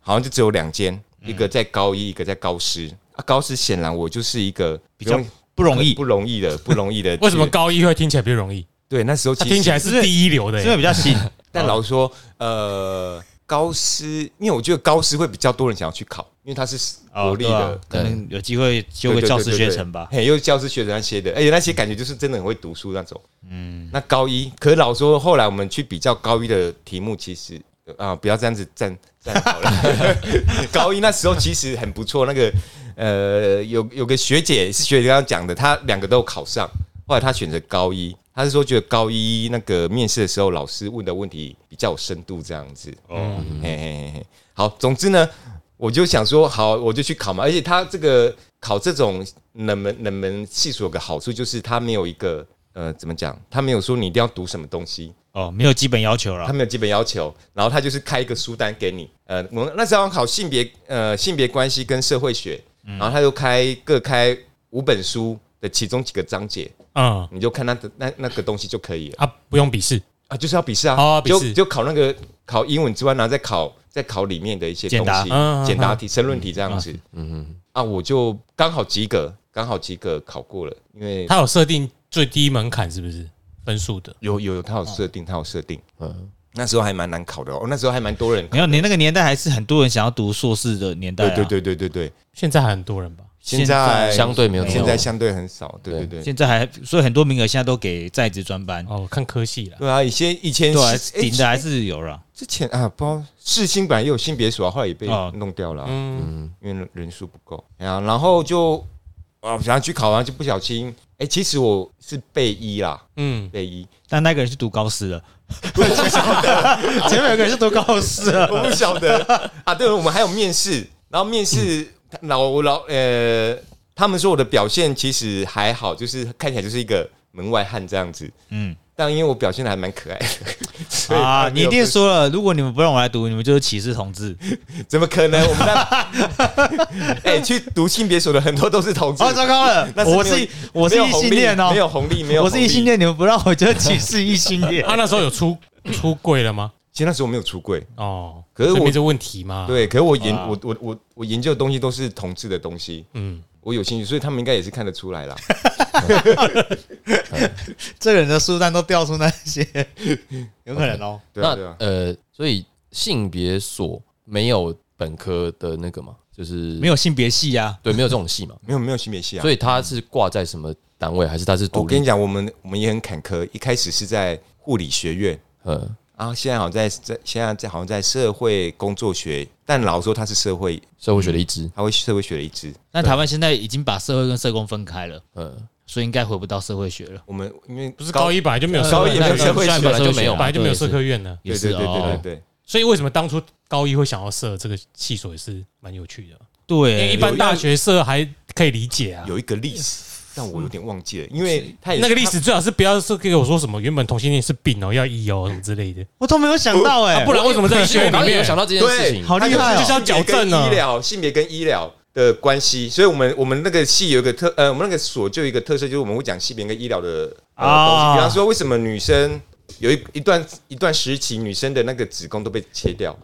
S4: 好像就只有两间，一个在高一，一个在高师。啊，高师显然我就是一个
S3: 比较不容易
S4: 不，容易的， <laughs> 不容易的
S2: 为什么高一会听起来比较容易？
S4: 对那时候
S2: 他
S4: 其实
S2: 听起来是第一流的
S4: <laughs>
S3: 是因为
S2: 耶，
S3: 比较新，
S4: 但老实说，呃，高师，因为我觉得高师会比较多人想要去考，因为他是国立
S3: 对
S4: 的
S3: 啊，可能有机会修个
S4: 对对对
S3: 教师
S4: 对
S3: 学
S4: 对
S3: 程吧。
S4: 嘿，又教师学程那些的，而哎且那些感觉就是真的很会读书那种。嗯，那高一，可是老实说后来我们去比较高一的题目，其实啊、不要这样子站站好
S3: <laughs>
S4: 了。高一那时候其实很不错，那个呃，有有个学姐是学姐刚刚讲的，她两个都有考上，后来她选择高一，她是说觉得高一那个面试的时候老师问的问题比较有深度这样子。哦，嘿嘿嘿嘿，好，总之呢。我就想说，好，我就去考嘛。而且他这个考这种冷门冷门系数有个好处，就是他没有一个呃，怎么讲？他没有说你一定要读什么东西，
S3: 哦，没有基本要求
S4: 他
S3: 了。
S4: 没有基本要求，然后他就是开一个书单给你。呃，我们那时候考性别呃性别关系跟社会学，然后他就开各开五本书的其中几个章节，
S2: 嗯
S4: 你就看那那那个东西就可以了
S2: 啊，不用笔试，
S4: 啊，就是要笔试啊，
S2: 哦笔
S4: 就
S2: 试
S4: 就考那个考英文之外，然后再考再考里面的一些
S3: 简
S4: 东
S3: 答
S4: 西
S2: 嗯嗯，
S4: 简答题、申论题这样子。
S1: 嗯
S4: 啊，我就刚好及格，刚好及格考过了，因为
S2: 它有设定最低门槛是不是分数的？
S4: 有有有他有设定，他有设定，
S1: 哼嗯，
S4: 那时候还蛮难考的哦，那时候还蛮多人考
S3: 没有，你那个年代还是很多人想要读硕士的年代、
S4: 对
S3: 啊。
S4: 对对对对对，
S2: 现在还很多人吧？
S4: 现在
S1: 相对没有
S3: 没
S1: 这
S4: 现
S1: 么
S4: 在相对很少，对对对。
S3: 现在还所以很多名额现在都给在职专班，
S2: 哦，看科系了。
S4: 对啊，以前以前
S3: 对啊，
S4: 是诶
S3: 顶的还是有了。
S4: 之前啊，不知道世新本来也有性别所啊，后来也被
S3: 哦
S4: 弄掉了啊、
S2: 嗯，
S4: 因为人数不够。哎呀，然后就啊，想要去考，然后就不小心，哎，其实我是备一啦，
S2: 嗯，
S4: 备一，
S3: 但那个人是读高师的，前面有个人是读高师的，
S4: 我不晓得啊。对，我们还有面试，然后面试老我老呃，他们说我的表现其实还好，就是看起来就是一个门外汉这样子。
S3: 嗯
S4: 但因为我表现的还蛮可爱的，所以
S3: 啊，
S4: 他
S3: 你
S4: 没有
S3: 一定
S4: 分
S3: 说了，如果你们不让我来读，你们就是歧视同志。
S4: 怎么可能？我们那哎、去读性别所的很多都是同志，
S3: 啊，糟糕了
S4: 那，是没有
S3: 我是我是
S4: 没有
S3: 异
S4: 红利
S3: 性恋哦
S4: 没，有红利，没有
S3: 我是异性
S4: 红利。
S3: 恋，你们不让我就是歧视异性恋
S2: 啊，。那时候有出出柜了吗？
S4: 其实那时候我没有出柜，
S2: 哦，
S4: 可是
S2: 所以
S4: 我
S2: 没这问题嘛。，
S4: 对，可是我研
S3: 哇
S4: 我我我我研究的东西都是同志的东西，
S2: 嗯，
S4: 我有兴趣，所以他们应该也是看得出 <laughs> 来啦。
S3: 这个人的书单都调出那些，有可能哦。
S4: 对啊，
S1: 那
S4: 对啊，
S1: 呃，所以性别所没有本科的那个嘛，就是
S3: 没有性别系啊，
S1: 对，没有这种系嘛，
S4: 没有没有性别系啊
S1: 所。以他是挂在什么单位，还是他是
S4: 哦我
S1: 独
S4: 跟
S1: 立
S4: 你？讲，我们我们也很坎坷，一开始是在护理学院，
S1: 嗯，
S4: 然后现在好像在在现在在好像在社会工作学，但老实说他是社会，
S1: 社会学的一支，
S4: 他会社会学的一支。
S3: 但台湾现在已经把社会跟社工分开了，
S1: 嗯，
S3: 所以应该回不到社会学了。
S4: 我们因为
S2: 不是高一本来就没有社
S4: 高
S2: 科啊
S4: 一也没有社会学
S1: 本来就没有
S2: 本来就没有社科
S3: 科，
S2: 院呢。
S4: 对
S3: 也
S4: 对
S3: 是
S4: 对对对
S3: 哦，
S4: 对，
S2: 所以为什么当初高一会想要设这个系所也是蛮有趣的，因为
S3: 对，
S2: 一般大学设还可以理解啊。
S4: 有一个历史，但我有点忘记了，因为他也
S2: 那个历史最好是不要是给我说什么原本同性恋是病哦，要医哦什么之类的，
S3: 我都没有想到哎、
S2: 不然为什么在学
S1: 我
S2: 院
S1: 刚
S2: 里
S1: 刚也有
S2: 面
S1: 想到这件事
S4: 对，
S1: 情，
S3: 好厉害哦
S4: 它
S2: 就是要矫正
S4: 性别
S2: 啊
S4: 跟医疗性别跟医疗的关系，所以我们我们那个系有一个特呃，我们那个所就有一个特色，就是我们会讲性别跟医疗的呃东
S3: 啊
S4: 西，比方说为什么女生有一一段一段时期女生的那个子宫都被切掉，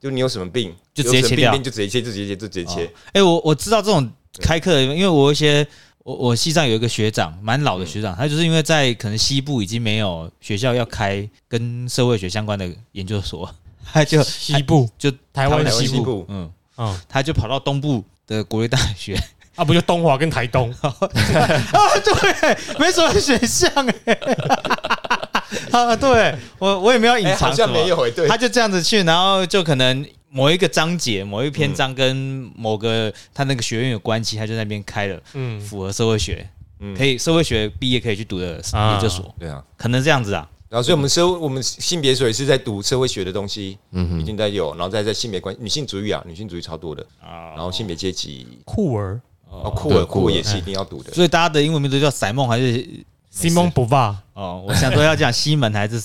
S4: 就你有什么病
S3: 就直接切掉
S4: 有什么病病就直接切，就直接切，就直接切
S3: 哦，哎、我我知道这种开课的，因为我有一些我我西藏有一个学长，蛮
S4: 嗯
S3: 老的学长，他就是因为在可能西部已经没有学校要开跟社会学相关的研究所， <laughs> 他就
S2: 西部
S3: 就
S2: 台湾
S4: 台湾
S2: 西
S4: 西
S2: 部，
S4: 部
S3: 嗯，
S2: 嗯
S3: 他就跑到东部的国立大学，
S4: <laughs>
S3: <laughs> 啊
S2: 啊不就东华跟台东，
S3: 没什么选项哎、 <laughs> 啊，对我我也没有隐
S4: 哎，
S3: 藏什
S4: 好像
S3: 么，
S4: 没有哎，对
S3: 他，就这样子去，然后就可能某一个章节、某一
S4: 嗯
S3: 篇章跟某个他那个学院有关系，他就在那边开了。
S2: 嗯，
S3: 符合社会学，
S4: 嗯
S3: 可以社会学毕业可以去读的
S2: 啊
S3: 研究所，
S4: 对啊。
S3: 可能这样子啊。
S4: 然后，所以我们社会我们性别所也是在读社会学的东西，
S1: 嗯
S4: 已
S1: 哼，
S4: 经在有，然后再在性别关女性主义啊，女性主义超多的，
S3: 啊
S4: 然后性别阶级，
S2: 酷儿
S4: 哦，酷儿
S1: 对
S4: 酷
S1: 酷
S4: 儿
S1: 儿
S4: 也是一定要读的，
S3: 所以大家的英文名字叫塞梦还是
S2: Simon b o v a
S3: 哦？我想说要讲西门还是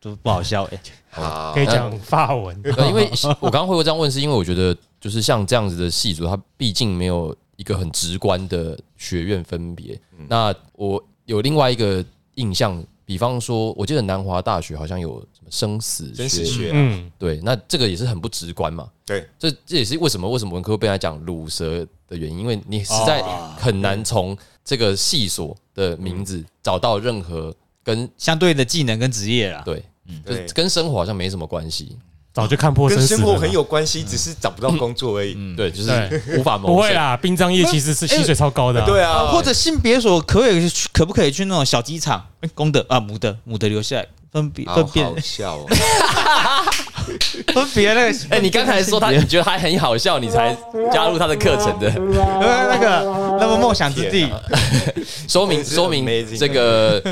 S3: 都不好笑哎、
S4: 好
S2: 可以讲法
S1: <laughs>
S2: 文，
S1: 对，因为我刚刚会这样问，是因为我觉得就是像这样子的系组，它毕竟没有一个很直观的学院分别。那我有另外一个印象，比方说，我记得南华大学好像有什么生死
S4: 真实
S1: 学
S4: 学啊，
S2: 嗯，
S1: 对，那这个也是很不直观嘛。
S4: 对，
S1: 这这也是为什么为什么文科会被他讲乳蛇的原因，因为你实在很难从这个系所的名字找到任何跟
S3: 相对的技能跟职业啦。
S1: 对，就
S4: 对
S1: 是跟生活好像没什么关系。
S2: 早就看破
S4: 跟
S2: 生死
S4: 生
S2: 了
S4: 活
S2: 啦。
S4: 很有关系，只是找不到工作而已。
S1: 嗯对，就是 <laughs>
S2: 对
S1: 无法
S2: 不
S1: 谋
S2: 会
S1: 生。
S2: 啦，殡葬业其实是薪水超高的、啊。
S4: 哎对
S3: 啊
S4: 啊，
S3: 或者性别所可不可以去？可不可以去那种小鸡场？哎公的啊，母的，母的留下来分别
S4: 好
S3: 分辨
S4: 好笑哦，
S3: <laughs> 分别那个。
S1: <laughs> 哎，你刚才说
S3: <laughs>
S1: 他，你觉得他很好笑，你才加入他的课程的。
S3: 呃那个那么梦想之地
S4: 天，
S1: 啊说明
S4: 真是
S1: 说明
S4: amazing
S1: 这个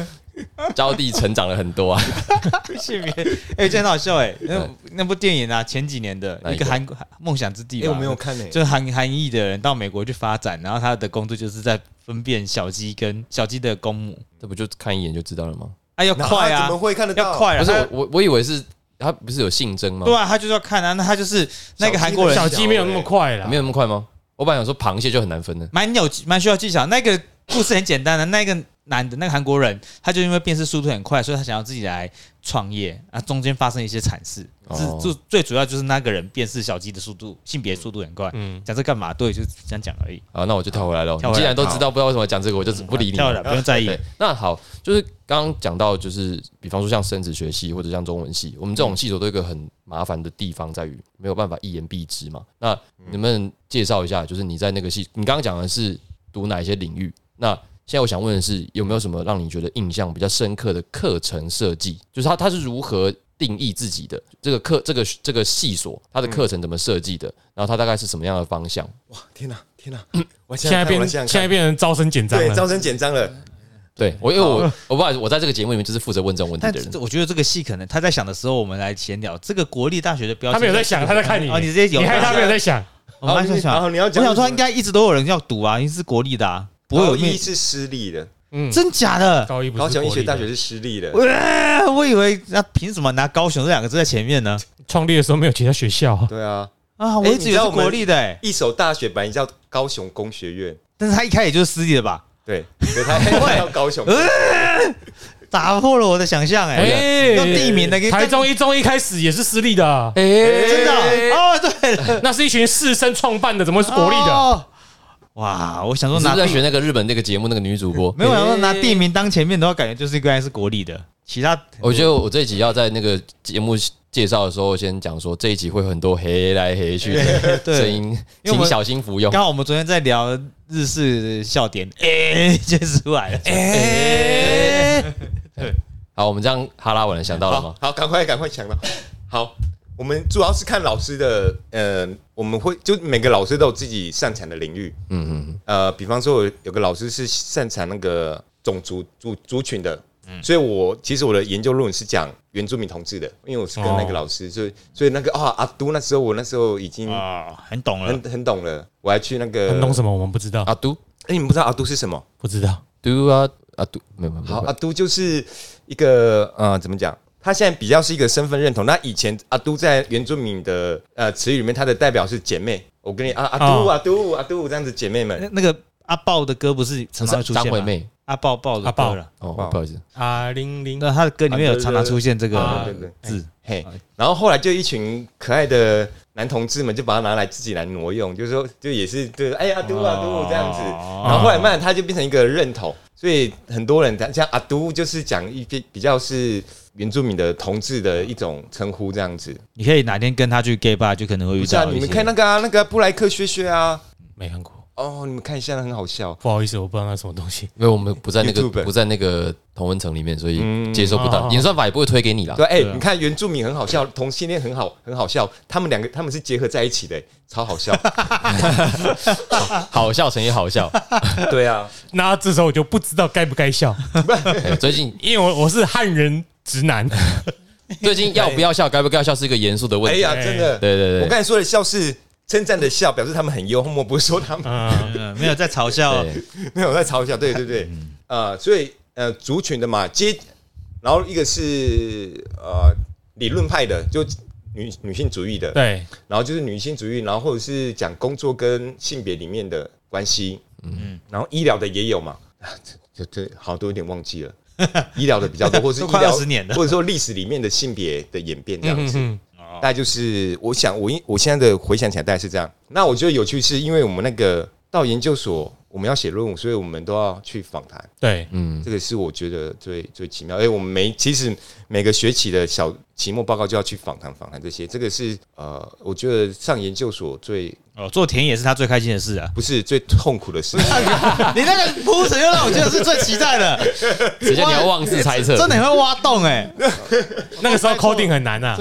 S1: 招娣成长了很多啊。 <laughs>
S3: 性别哎，这很好笑哎。那那部电影啊，前几年的
S1: 哪一
S3: 一
S1: 个
S3: 个韩国梦想之地
S4: 哎，
S3: 吧，
S4: 我没有看诶，
S3: 就是韩韩裔的人到美国去发展，然后他的工作就是在分辨小鸡跟小鸡的公母。
S1: 这不就看一眼就知道了吗？
S3: 哎，要
S4: 然后
S3: 快
S4: 他
S3: 啊
S4: 怎么，会看得到？
S3: 要快啊！
S1: 不是
S3: 他
S1: 我我我以为是他不是有性征吗？
S3: 对啊，他就是要看啊，那他就是那个韩国人
S2: 小鸡没有那么快啦，
S1: 没有那么快吗？我本来想说螃蟹就很难分的，
S3: 蛮有蛮需要技巧。那个故事很简单的，啊那个男的，那个韩国人，他就因为辨识速度很快，所以他想要自己来创业啊。中间发生一些惨事，
S1: 哦
S3: 是最最主要就是那个人辨识小鸡的速度、性别速度很快。
S2: 嗯，
S3: 讲这干嘛？对，就是这样讲而已。
S1: 啊，那我就跳回来了。
S3: 跳
S1: 你
S3: 回来
S1: 既然都知道，不知道为什么讲这个，我就只不理你
S3: 跳了，不用在意
S1: 对。，哎那好，就是刚刚讲到，就是比方说像生殖学系或者像中文系，我们这种系所都有一个很麻烦的地方在于没有办法一言蔽之嘛。那能不能介绍一下，就是你在那个系，你刚刚讲的是读哪一些领域？那现在我想问的是，有没有什么让你觉得印象比较深刻的课程设计？就是它它是如何定义自己的这个课这个这个系所它的课程怎么设计的？然后它大概是什么样的方向？
S4: 天哪，天哪！
S3: 嗯
S4: 我
S2: 现在变
S4: 变
S2: 现在变成招生简章
S4: 对招
S2: 了。
S4: 生简章了，
S1: 对我，因为我我不好意思，我在这个节目里面就是负责问这种问题
S3: 但
S1: 的人。
S3: 我觉得这个戏可能他在想的时候，我们来闲聊。这个国立大学的标
S2: 他
S3: 签，
S2: 没有在想，他在看你。
S3: 哦，你直接有，
S2: 你害他没有在想？
S3: 我们在
S4: 然
S3: 想。
S4: 后你要
S3: 我
S4: 讲什么，
S3: 想说，应该一直都有人要读啊，因为是国立的啊，不会有
S4: 高一
S3: 面
S4: 是私立的，
S2: 嗯，
S3: 真假的？
S2: 高一不是
S4: 啊高雄医
S2: 国立
S4: 学
S2: 的
S4: 大学是私立的，
S3: 喂，我以为那凭什么拿高雄这两个字在前面呢？
S2: 创立的时候没有其他学校啊，
S4: 对啊，
S3: 啊，我一直以为是国立的、欸，
S4: 一所大学本来叫高雄工学院，
S3: 但是他一开始就是私立的吧？ <laughs>
S4: 对，可他还叫高雄，
S3: 打破了我的想象、哎、
S2: 哎
S3: 用地名的给
S2: 台中一中一开始也是私立的啊，
S1: 哎、
S3: 真的啊哦，对了，
S2: 那是一群士绅创办的，怎么会是国立的？
S3: 哦哇，我想说
S1: 你是
S3: 拿
S1: 不是在
S3: 地
S1: 学那个日本那个节目那个女主播？
S3: <laughs> 没有，我想说拿地名当前面的话，感觉就是应该是国立的，其他
S1: 我觉得我这一集要在那个节目介绍的时候先讲说，这一集会有很多黑来黑去的
S3: <laughs> 对
S1: 声音，
S3: 因为我
S1: 请
S3: 们
S1: 小心服用。
S3: 刚好我们昨天在聊日式笑点，哎、 <laughs> 就出来了，哎、
S1: 好，我们这样哈拉完了，想到了
S4: 好
S1: 吗？
S4: 好，赶快赶快想了。好，我们主要是看老师的，呃，我们会就每个老师都有自己擅长的领域，
S1: 嗯嗯
S4: 呃，比方说有有个老师是擅长那个种族族族群的，所以我其实我的研究论文是讲原住民同志的，因为我是跟那个
S2: 哦
S4: 老师，所以所以那个啊阿都那时候我那时候已经
S3: 哦，很懂了
S4: 很，很懂了，我还去那个
S2: 很懂什么我们不知道
S1: 嗯，，阿嘟
S4: 哎、你们不知道阿都是什么？
S2: 不知道。
S1: 嘟啊阿嘟，没有没有没
S4: 好，
S1: 有，
S3: 啊
S4: 阿都就是一个呃，怎么讲？他现在比较是一个身份认同。那以前阿都在原住民的呃词语里面，它的代表是姐妹。我跟你啊，阿都
S2: 哦
S4: 阿都阿都这样子姐妹
S3: 那
S4: 们。
S3: 那个阿豹的歌不是常常会出
S1: 张
S3: 现吗
S1: 惠妹
S3: 阿豹豹的
S2: 阿豹
S3: 歌了，
S1: 哦，
S4: 哇
S1: 不好意思，
S2: 啊零零
S3: 那他的歌里面有常常出现这
S2: 啊
S3: 个
S4: 对对
S3: 字，
S4: 嘿，然后后来就一群可爱的男同志们就把它拿来自己来挪用，就是说，就也是对，哎呀，阿都阿都这样子。
S3: 哦
S4: 然后后来慢慢它就变成一个认同，所以很多人他像阿都就是讲一比比较是原住民的同志的一种称呼这样子。
S3: 你可以哪天跟他去 gay bar，就可能会遇
S4: 不是啊，
S3: 到一些。
S4: 你们看 <laughs> 那个啊，那个布莱克学学啊，
S2: 没看过，
S4: 哦，你们看一下，很好笑。
S2: 不好意思，我不知道那什么东西。
S1: 因为我们不在那个
S4: YouTube
S1: 不在那个同温层里面，所以
S4: 嗯
S1: 接收不
S2: 好
S1: 到，
S2: 好
S1: 演算法也不会推给你啦。
S4: 对，哎、
S3: 哦对啊
S4: 你看原住民很好笑，同性恋很好，很好笑，他们两个他们是结合在一起的、超好笑。
S3: 啊
S1: 好笑成也好
S3: <laughs>
S1: 笑，
S4: 对啊，
S2: 那这时候我就不知道该不该笑，
S1: 哎最近
S2: 因为我我是汉人直男，
S1: 最近要不要笑，该不该笑是一个严肃的问
S4: 哎
S1: 题。
S4: 呀，真的，
S1: 对对
S4: 我
S1: 对，
S4: 刚才说的笑是称赞的笑，表示他们很幽默，不是说他们
S2: 嗯，
S3: 嗯，没有在嘲笑 <laughs>
S1: 对
S4: <laughs> 没有在嘲笑。对对对，呃，所以呃，族群的嘛，阶，然后一个是呃理论派的，就女女性主义的，
S2: 对，
S4: 然后就是女性主义，然后或者是讲工作跟性别里面的关系，嗯，然后医疗的也有嘛， <laughs> 这这好像都有点忘记了， <laughs> 医疗的比较多，或者是
S3: 都
S4: 医
S3: 快
S4: 疗
S3: 20年了
S4: 或者说历史里面的性别的演变这样
S2: 嗯
S4: 子，
S2: 嗯，
S4: 大概就是我想我我现在的回想起来大概是这样。那我觉得有趣是因为我们那个到研究所我们要写论文，所以我们都要去访谈。
S2: 对，
S1: 嗯，
S4: 这个是我觉得最最奇妙，因哎为我们每其实每个学期的小期末报告就要去访谈访谈这些，这个是呃，我觉得上研究所最。
S3: 哦，做田野是他最开心的事啊
S4: 不是最痛苦的事情。 <laughs>
S3: 你那个铺陈又让我觉得是最期待的，
S1: 直接你要妄自
S4: <laughs>
S1: 猜测，
S3: 真的很会挖洞哎、
S2: 那个时候 coding 很难啊，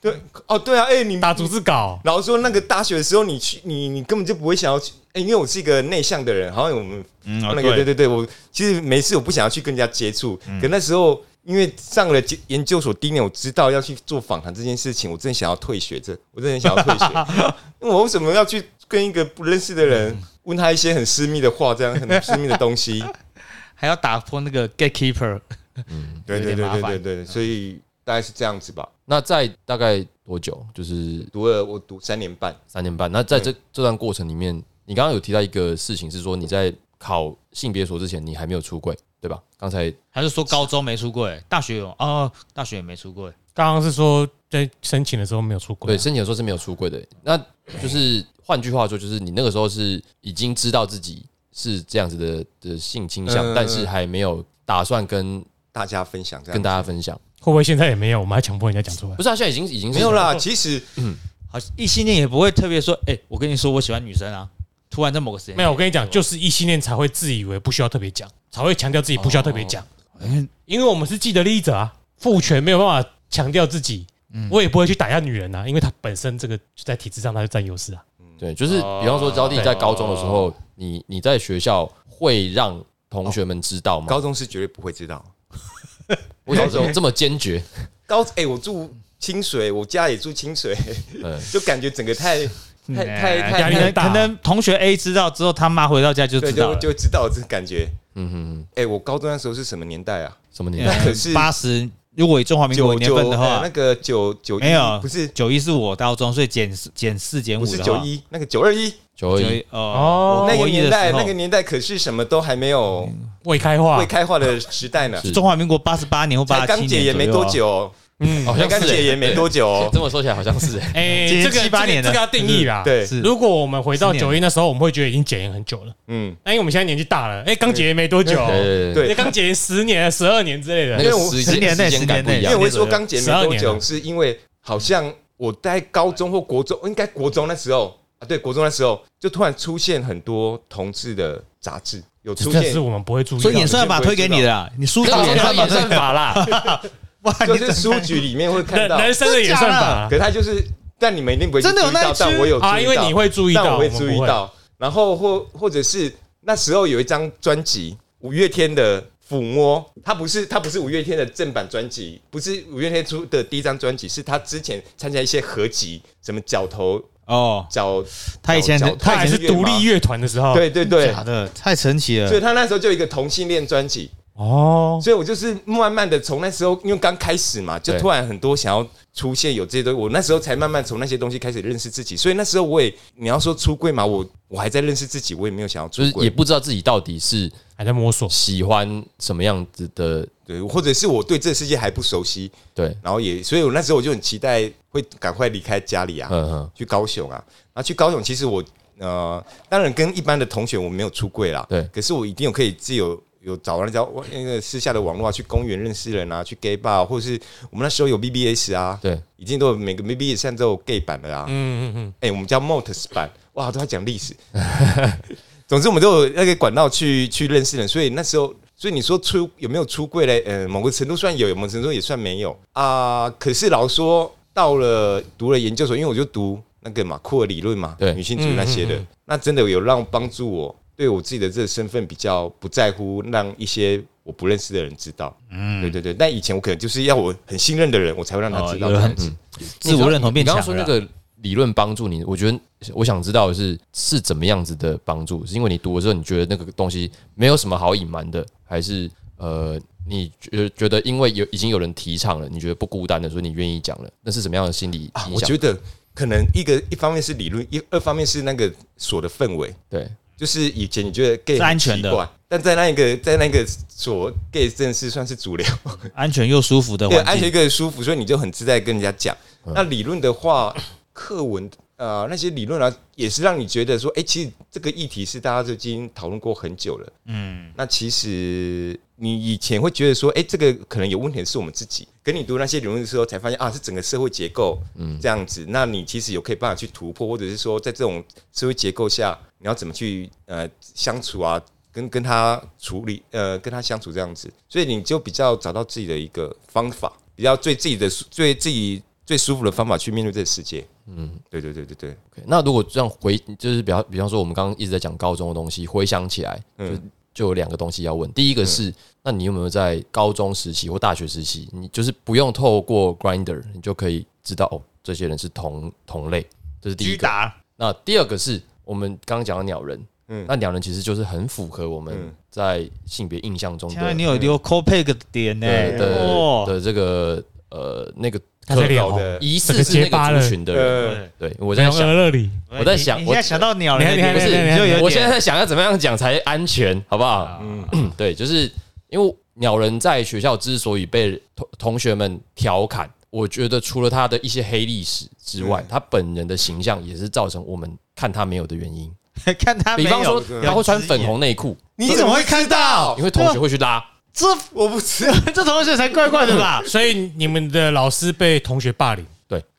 S4: 对哦，对啊，哎、你
S2: 打逐字稿，
S4: 老实说，那个大学的时候，你去你你根本就不会想要去，哎、因为我是一个内向的人，好像我们
S3: 嗯，
S4: 那个对对对，我其实每次我不想要去跟人家接触，
S3: 嗯
S4: 可那时候因为上了研究所第一年，我知道要去做访谈这件事情，我真的想要退学，这我真的很想要退学。
S3: <laughs>
S4: 那我为什么要去跟一个不认识的人
S3: 嗯
S4: 问他一些很私密的话，这样很私密的
S3: <laughs>
S4: 东西？
S3: 还要打破那个 gatekeeper，有
S4: 对对
S3: 点
S4: 对
S3: 麻
S4: 对
S3: 烦嗯
S4: 对对，所以大概是这样子吧。
S1: 那在大概多久？就是
S4: 读了我读三年半，
S1: 三年半。那在
S4: 嗯
S1: 这这段过程里面，你刚刚有提到一个事情，是说你在考性别所之前，你还没有出柜，对吧？刚才
S3: 还是说高中没出柜，大学有哦，大学也没出柜，
S2: 刚刚是说在申请的时候没有出轨
S1: 对
S2: 啊，
S1: 申请的时候是没有出柜的，那就是换句话说，就是你那个时候是已经知道自己是这样子的的性倾向，
S4: 嗯
S1: 但是还没有打算跟
S4: 大家分享这样
S1: 跟大家分享。
S2: 会不会现在也没有？我们还强迫人家讲出来
S1: 不，是啊，现在已经已经是
S4: 没有啦。其实
S3: 好像异性恋也不会特别说，哎、我跟你说我喜欢女生啊，突然在某个时间
S2: 没有。我跟你讲，就是异性恋才会自以为不需要特别讲，才会强调自己不需要特别讲，因为我们是既得利益者啊，父权没有办法强调自己。我也不会去打压女人啊，因为她本身这个就在体制上她就占优势啊。
S1: 对，就是比方说，招娣在高中的时
S4: 哦
S1: 候，你你在学校会让同学们知道吗？
S4: 高中是绝对不会知道。
S1: 为什么这么坚决？
S4: 高哎、我住清水，我家也住清水， <laughs>
S1: 嗯，
S4: 就感觉整个太太太太
S2: 哎压力
S3: 可
S2: 很
S3: 能
S2: 大
S3: 可能同学 A 知道之后，他妈回到家就
S4: 对，
S3: 知道
S4: 就
S3: 了。
S4: 就知道这感觉。
S1: 嗯哼哼，
S4: 哎、我高中那时候是什么年代啊？
S1: 什么年代？
S4: 那可是
S3: 嗯八十，如果以中华民国
S4: 九
S3: 年
S4: 九
S3: 份的
S4: 呃
S3: 话
S4: 那，个九九
S3: 没有
S4: 不是
S3: 九一是我高中，所以减减四减五
S4: 不
S3: 的
S4: 是
S3: 话
S4: 九，一，那个九二一，
S1: 九二
S3: 九
S1: 一
S3: 一哦
S2: 哦，
S4: 那个
S3: 国一的
S4: 年代
S3: 时候嗯
S4: 那个年代可是什么都还没有
S2: 未开化
S4: 未，开化的时代呢，
S1: 是
S3: 中华民国八十八年或八
S4: 才
S3: 七
S4: 刚
S3: 年
S4: 解严没
S3: 左右
S4: 多
S3: 啊，
S4: 久哦，
S2: 嗯，
S1: 好
S4: 才
S1: 像
S4: 刚
S1: 是欸
S4: 解严没多久哦，
S1: 这么说起来好像是
S2: <laughs>
S1: 欸
S2: 哎，
S3: 今
S2: 这
S3: 年
S2: 个
S3: 七八
S2: 这个
S3: 年了
S2: 这个要定义啦。
S4: 对，
S3: 是
S2: 如果我们回到
S3: 十年
S2: 九一那时候，我们会觉得已经解严很久了。
S4: 嗯，
S2: 那因为我们现在年纪大了，哎，刚解严没多久，
S1: 对
S4: 对
S2: 那刚解严十年、十二年之类
S1: 那
S2: 的，
S1: 个时
S3: 十
S1: 间
S3: 年内
S1: 时间感不一
S4: 因
S1: 样
S4: 为我。会说刚解严没多
S2: 12年
S4: 久，
S2: 了
S4: 是因为好像我在高中或国中，应该国中那时候啊，对，国中那时候就突然出现很多同志的杂志，有出
S2: 这
S4: 现
S2: 是我们不会注意到
S3: 所
S2: 的。
S3: 以演算法推给你的啊，你输
S1: 那
S3: 打
S1: 个
S3: 演
S1: 演
S3: 算法
S4: <laughs>
S1: 演
S3: 推
S1: 算法啦，
S3: 哇，
S4: 就
S3: 你
S4: 是书局里面会看
S2: 人
S4: 到，
S2: 人生的演算法
S4: 可是他就是，但你们一定不会去
S3: 啊真的有那
S4: 注意到
S3: 一
S4: 但
S3: 区
S4: 我有注意到，
S2: 啊，因为你会注意
S4: 但
S2: 到，
S4: 我
S2: 们
S4: 会
S2: 不
S4: 注意。到。然后或或者是那时候有一张专辑，五月天的《抚摸》，它不是它不是五月天的正版专辑，不是五月天出的第一张专辑，是他之前参加一些合集，什么角头
S3: <laughs> 哦，
S4: 角，
S3: 他以前
S4: 脚
S2: 他
S3: 他
S2: 还
S3: 以
S2: 是
S3: 前
S2: 独立乐哦团的时候，
S4: 对对对
S3: 假。的，太神奇
S4: 所
S3: 了。哦
S4: 以他那时候就有一个同性恋专辑，
S2: 哦，
S4: 所以我就是慢慢的从那时候，因为刚开始嘛，就
S1: 对
S4: 突然很多想要出现有这些东西，我那时候才慢慢从那些东西开始认识自己。所以那时候我也，你要说出柜嘛，我我还在认识自己，我也没有想要
S1: 就
S4: 出
S1: 是也
S4: 柜，
S1: 不知道自己到底是
S2: 还在摸索。
S1: 喜欢什么样子的。
S4: 对，或者是我对这个世界还不熟悉，
S1: 对，
S4: 然后也，所以我那时候我就很期待会赶快离开家里啊，
S1: 嗯嗯，
S4: 去高雄啊，然后去高雄，其实我呃，当然跟一般的同学我没有出柜啦，
S1: 对
S4: 可是我一定有可以自由有找人家那个私下的网络啊，去公园认识人啊，去 gay bar，或者是我们那时候有 BBS 啊，
S1: 对，
S4: 已经都有每个 BBS 现在都有 gay 版的啦，
S2: 嗯嗯嗯，
S4: 哎、我们叫 Motus 版，哇，都在讲历史。 <laughs> 总之，我们都有那个管道去去认识人，所以那时候，所以你说出有没有出柜嘞？呃，某个程度算有，某个程度也算没有啊、可是老实说到了读了研究所，因为我就读那个嘛库尔理论嘛，
S1: 对
S4: 女性主义那些的，
S2: 嗯嗯嗯
S4: 那真的有让帮助我对我自己的这个身份比较不在乎，让一些我不认识的人知道。嗯，对对对。但以前我可能就是要我很信任的人，我才会让他知道
S3: 哦有
S4: 这样
S3: 很
S4: 子。
S3: 自我认同变
S1: 你刚刚
S3: 强
S1: 说那
S3: 了啦，啊
S1: 个理论帮助你，我觉得我想知道的是是怎么样子的帮助，是因为你读了之后你觉得那个东西没有什么好隐瞒的，还是呃你觉觉得因为有已经有人提倡了，你觉得不孤单了，所以你愿意讲了，那是怎么样的心理
S4: 啊，
S1: 影
S4: 我
S1: 响？
S4: 觉得可能一个一方面是理论，一二方面是那个所的氛围，
S1: 对，
S4: 就是以前你觉得 gay
S3: 是安全的
S4: 很奇怪，但在那一个在那个所 gay 真的是算是主流， <laughs>
S3: 安全又舒服的
S4: 对，
S3: 环
S4: 安
S3: 境，嗯
S4: 全一个舒服，所以你就很自在跟人家讲。那理论的话，课文。呃那些理论啊，也是让你觉得说，哎、其实这个议题是大家就已经讨论过很久了。
S3: 嗯，
S4: 那其实你以前会觉得说，哎、这个可能有问题的是我们自己。跟你读那些理论的时候，才发现啊，是整个社会结构这样子。那你其实有可以办法去突破，或者是说，在这种社会结构下，你要怎么去呃相处啊，跟跟他处理，呃，跟他相处这样子。所以你就比较找到自己的一个方法，比较最自己的舒最自己最舒服的方法去面对这个世界。嗯，对对对对对，
S1: OK，那如果这样回，就是比方比方说，我们刚刚一直在讲高中的东西，回想起来，就、
S4: 嗯
S1: 就有两个东西要问。第一个是，那你有没有在高中时期或大学时期，你就是不用透过 Grinder，你就可以知道哦，这些人是同同类，这是第一
S3: 居
S1: 个。
S3: 达，
S1: 那第二个是我们刚刚讲的鸟人，
S4: 嗯
S1: 那鸟人其实就是很符合我们
S4: 嗯
S1: 在性别印象中
S3: 天啊，
S1: 的
S3: 你有留 Copeg 的点呢、
S1: 的的
S3: 哦，
S1: 的这个呃那个
S2: 他在脸
S4: 好
S2: 红，
S4: 的
S1: 疑
S2: 整
S1: 似
S2: 个
S1: 是那
S2: 结巴
S1: 个
S2: 了
S1: 族群的人。
S4: 呃
S1: 对，我在想
S2: 俄。勒里，
S1: 我在想
S3: 你你
S1: 我
S3: 现在想到鸟
S2: 你看
S3: 人
S2: 你
S3: 的
S2: 看
S3: 点，
S1: 不是
S2: 你看
S3: 就有
S1: 我
S3: 点
S1: 现在想要怎么样讲才安全，好不好？
S4: 嗯，
S1: 对，就是因为鸟人在学校之所以被同同学们调侃，我觉得除了他的一些黑历史之外
S4: 嗯，
S1: 他本人的形象也是造成我们看他没有的原因。
S3: <laughs> 看他没
S1: 比
S3: 有，
S1: 方说，
S4: 对
S1: 他会穿粉红内裤，
S3: 你怎么会看到？
S1: 因为同学会去拉。
S3: 这
S4: 我不知
S3: 这同学才怪怪的吧？
S2: 所以你们的老师被同学霸凌，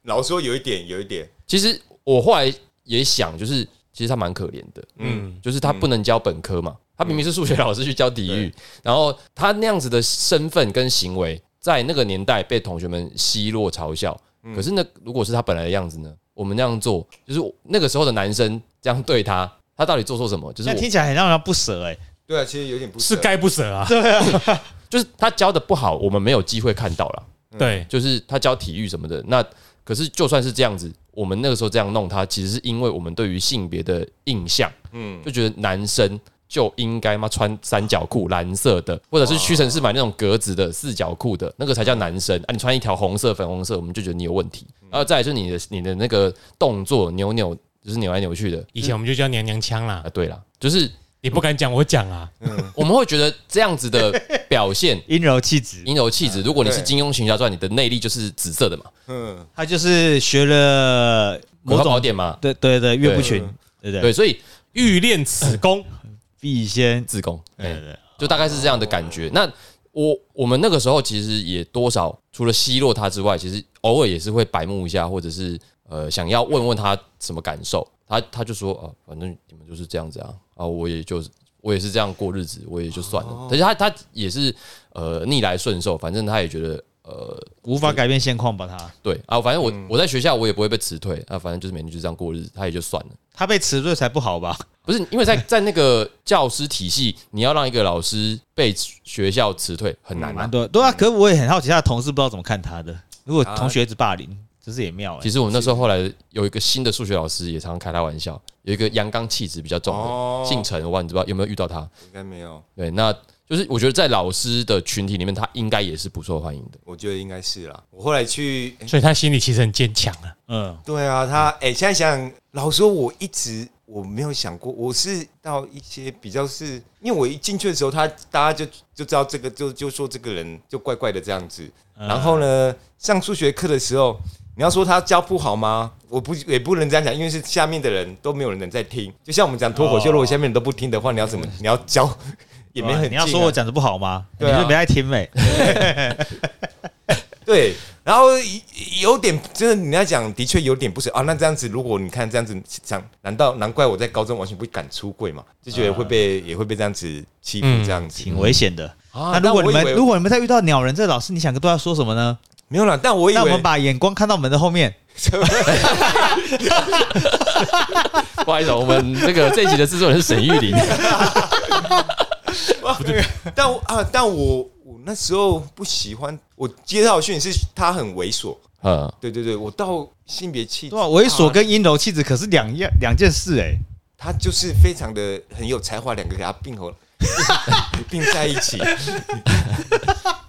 S4: 老实说有一点，有一点，
S1: 其实我后来也想，就是其实他蛮可怜的，
S4: 嗯，
S1: 就是他不能教本科嘛，他明明是数学老师去教体
S3: 嗯
S1: 育，然后他那样子的身份跟行为，在那个年代被同学们奚落嘲笑。
S3: 嗯
S1: 可是呢，如果是他本来的样子呢，我们那样做，就是我那个时候的男生这样对他，他到底做错什么？就是
S3: 那
S1: 我
S3: 听，起来很让人不舍哎、
S4: 对啊，其实有点不
S2: 是
S4: 舍
S2: 该不舍啊。
S1: 就是他教的不好，我们没有机会看到了。
S4: 嗯
S2: 对，
S1: 就是他教体育什么的，那可是就算是这样子，我们那个时候这样弄他，其实是因为我们对于性别的印象。
S4: 嗯
S1: 就觉得男生就应该嘛穿三角裤，蓝色的，或者是屈臣氏买那种格子的四角裤的那个才叫男生啊！你穿一条红色、粉红色，我们就觉得你有问题。
S4: 嗯
S1: 然后再来就是你的你的那个动作扭扭，就是扭来扭去的
S2: 以前我们就叫娘娘腔啦
S1: 啊。，对啦，就是
S2: 你不敢讲，我讲啊。
S1: 我们会觉得这样子的表现
S3: 阴柔气质，
S1: 阴柔气质，如果你是
S4: <laughs> 对
S1: 金庸群侠传，你的内力就是紫色的嘛，
S4: 嗯，
S3: 他就是学了某
S1: 某种
S3: 种
S1: 点嘛，
S3: 对对对岳不群，对不对？
S1: 对，所以
S2: 欲练此功，
S3: 必先，
S1: 自宫，
S3: 对
S1: 哎
S3: 对对，
S1: 就大概是这样的感觉。那我我们那个时候其实也多少除了奚落他之外，其实偶尔也是会白目一下，或者是呃想要问问他什么感受。他他就说啊，反正你们就是这样子啊啊，我也就是我也是这样过日子，我也就算了。但是他他也是呃逆来顺受，反正他也觉得呃
S3: 无法改变现况吧他。
S1: 对啊，反正我、我在学校我也不会被辞退啊，反正就是每天就这样过日子，他也就算了。
S3: 他被辞退才不好吧？
S1: 不是因为在在那个教师体系，你要让一个老师被学校辞退很难啊
S3: 蛮。多对啊，可是我也很好奇，他的同事不知道怎么看他的。如果同学一直霸凌，真是也妙哎、
S1: 其实我们那时候后来有一个新的数学老师也常常开他玩笑，有一个阳刚气质比较重
S4: 哦
S1: 的姓陈，我不知道你知不知道有没有遇到他？
S4: 应该没有，
S1: 对，那就是我觉得在老师的群体里面，他应该也是不受欢迎的。
S4: 我觉得应该是啦。我后来去，诶
S2: 所以他心里其实很坚强啊。
S3: 嗯，
S4: 对啊，他哎、诶现在想，老实说，我一直我没有想过，我是到一些比较是，因为我一进去的时候，他大家就就知道这个，就就说这个人就怪怪的这样子。然后呢，上数学课的时候，你要说他教不好吗？我不也不能这样讲，因为是下面的人都没有人在听。就像我们讲脱口秀，
S3: 哦
S4: 如果下面人都不听的话，你要怎么？你要教也没很、啊
S3: 你要说我。讲的不好吗？
S4: 对啊
S3: 你是没爱听哎、
S4: 对，然后有点真的，你要讲的确有点不舍啊。那这样子，如果你看这样子讲，难道难怪我在高中完全不敢出柜嘛？就觉得会被、
S3: 啊
S4: 也会被这样子欺负
S2: 嗯
S4: 这样子。
S3: 挺危险的。
S1: 啊
S3: 那如果你
S4: 但我以
S3: 们
S4: 为
S3: 如果你们再遇到鸟人这老师，你想跟对他说什么呢？
S4: 没有啦，但我以
S3: 那我们
S4: 为
S3: 把眼光看到门的后面，
S1: 不好意思，哦我们这个这一集的制作人是沈玉林，
S3: <laughs>
S4: 但我啊，但我我那时候不喜欢，我接到的讯息是他很猥琐。
S1: <laughs> 嗯，
S4: 对对对，我到性别气质
S3: 对吧、猥琐
S4: 啊
S3: 跟阴柔气质可是两样两件事哎、
S4: 他就是非常的很有才华，两个给他并合 <laughs> 并在一起。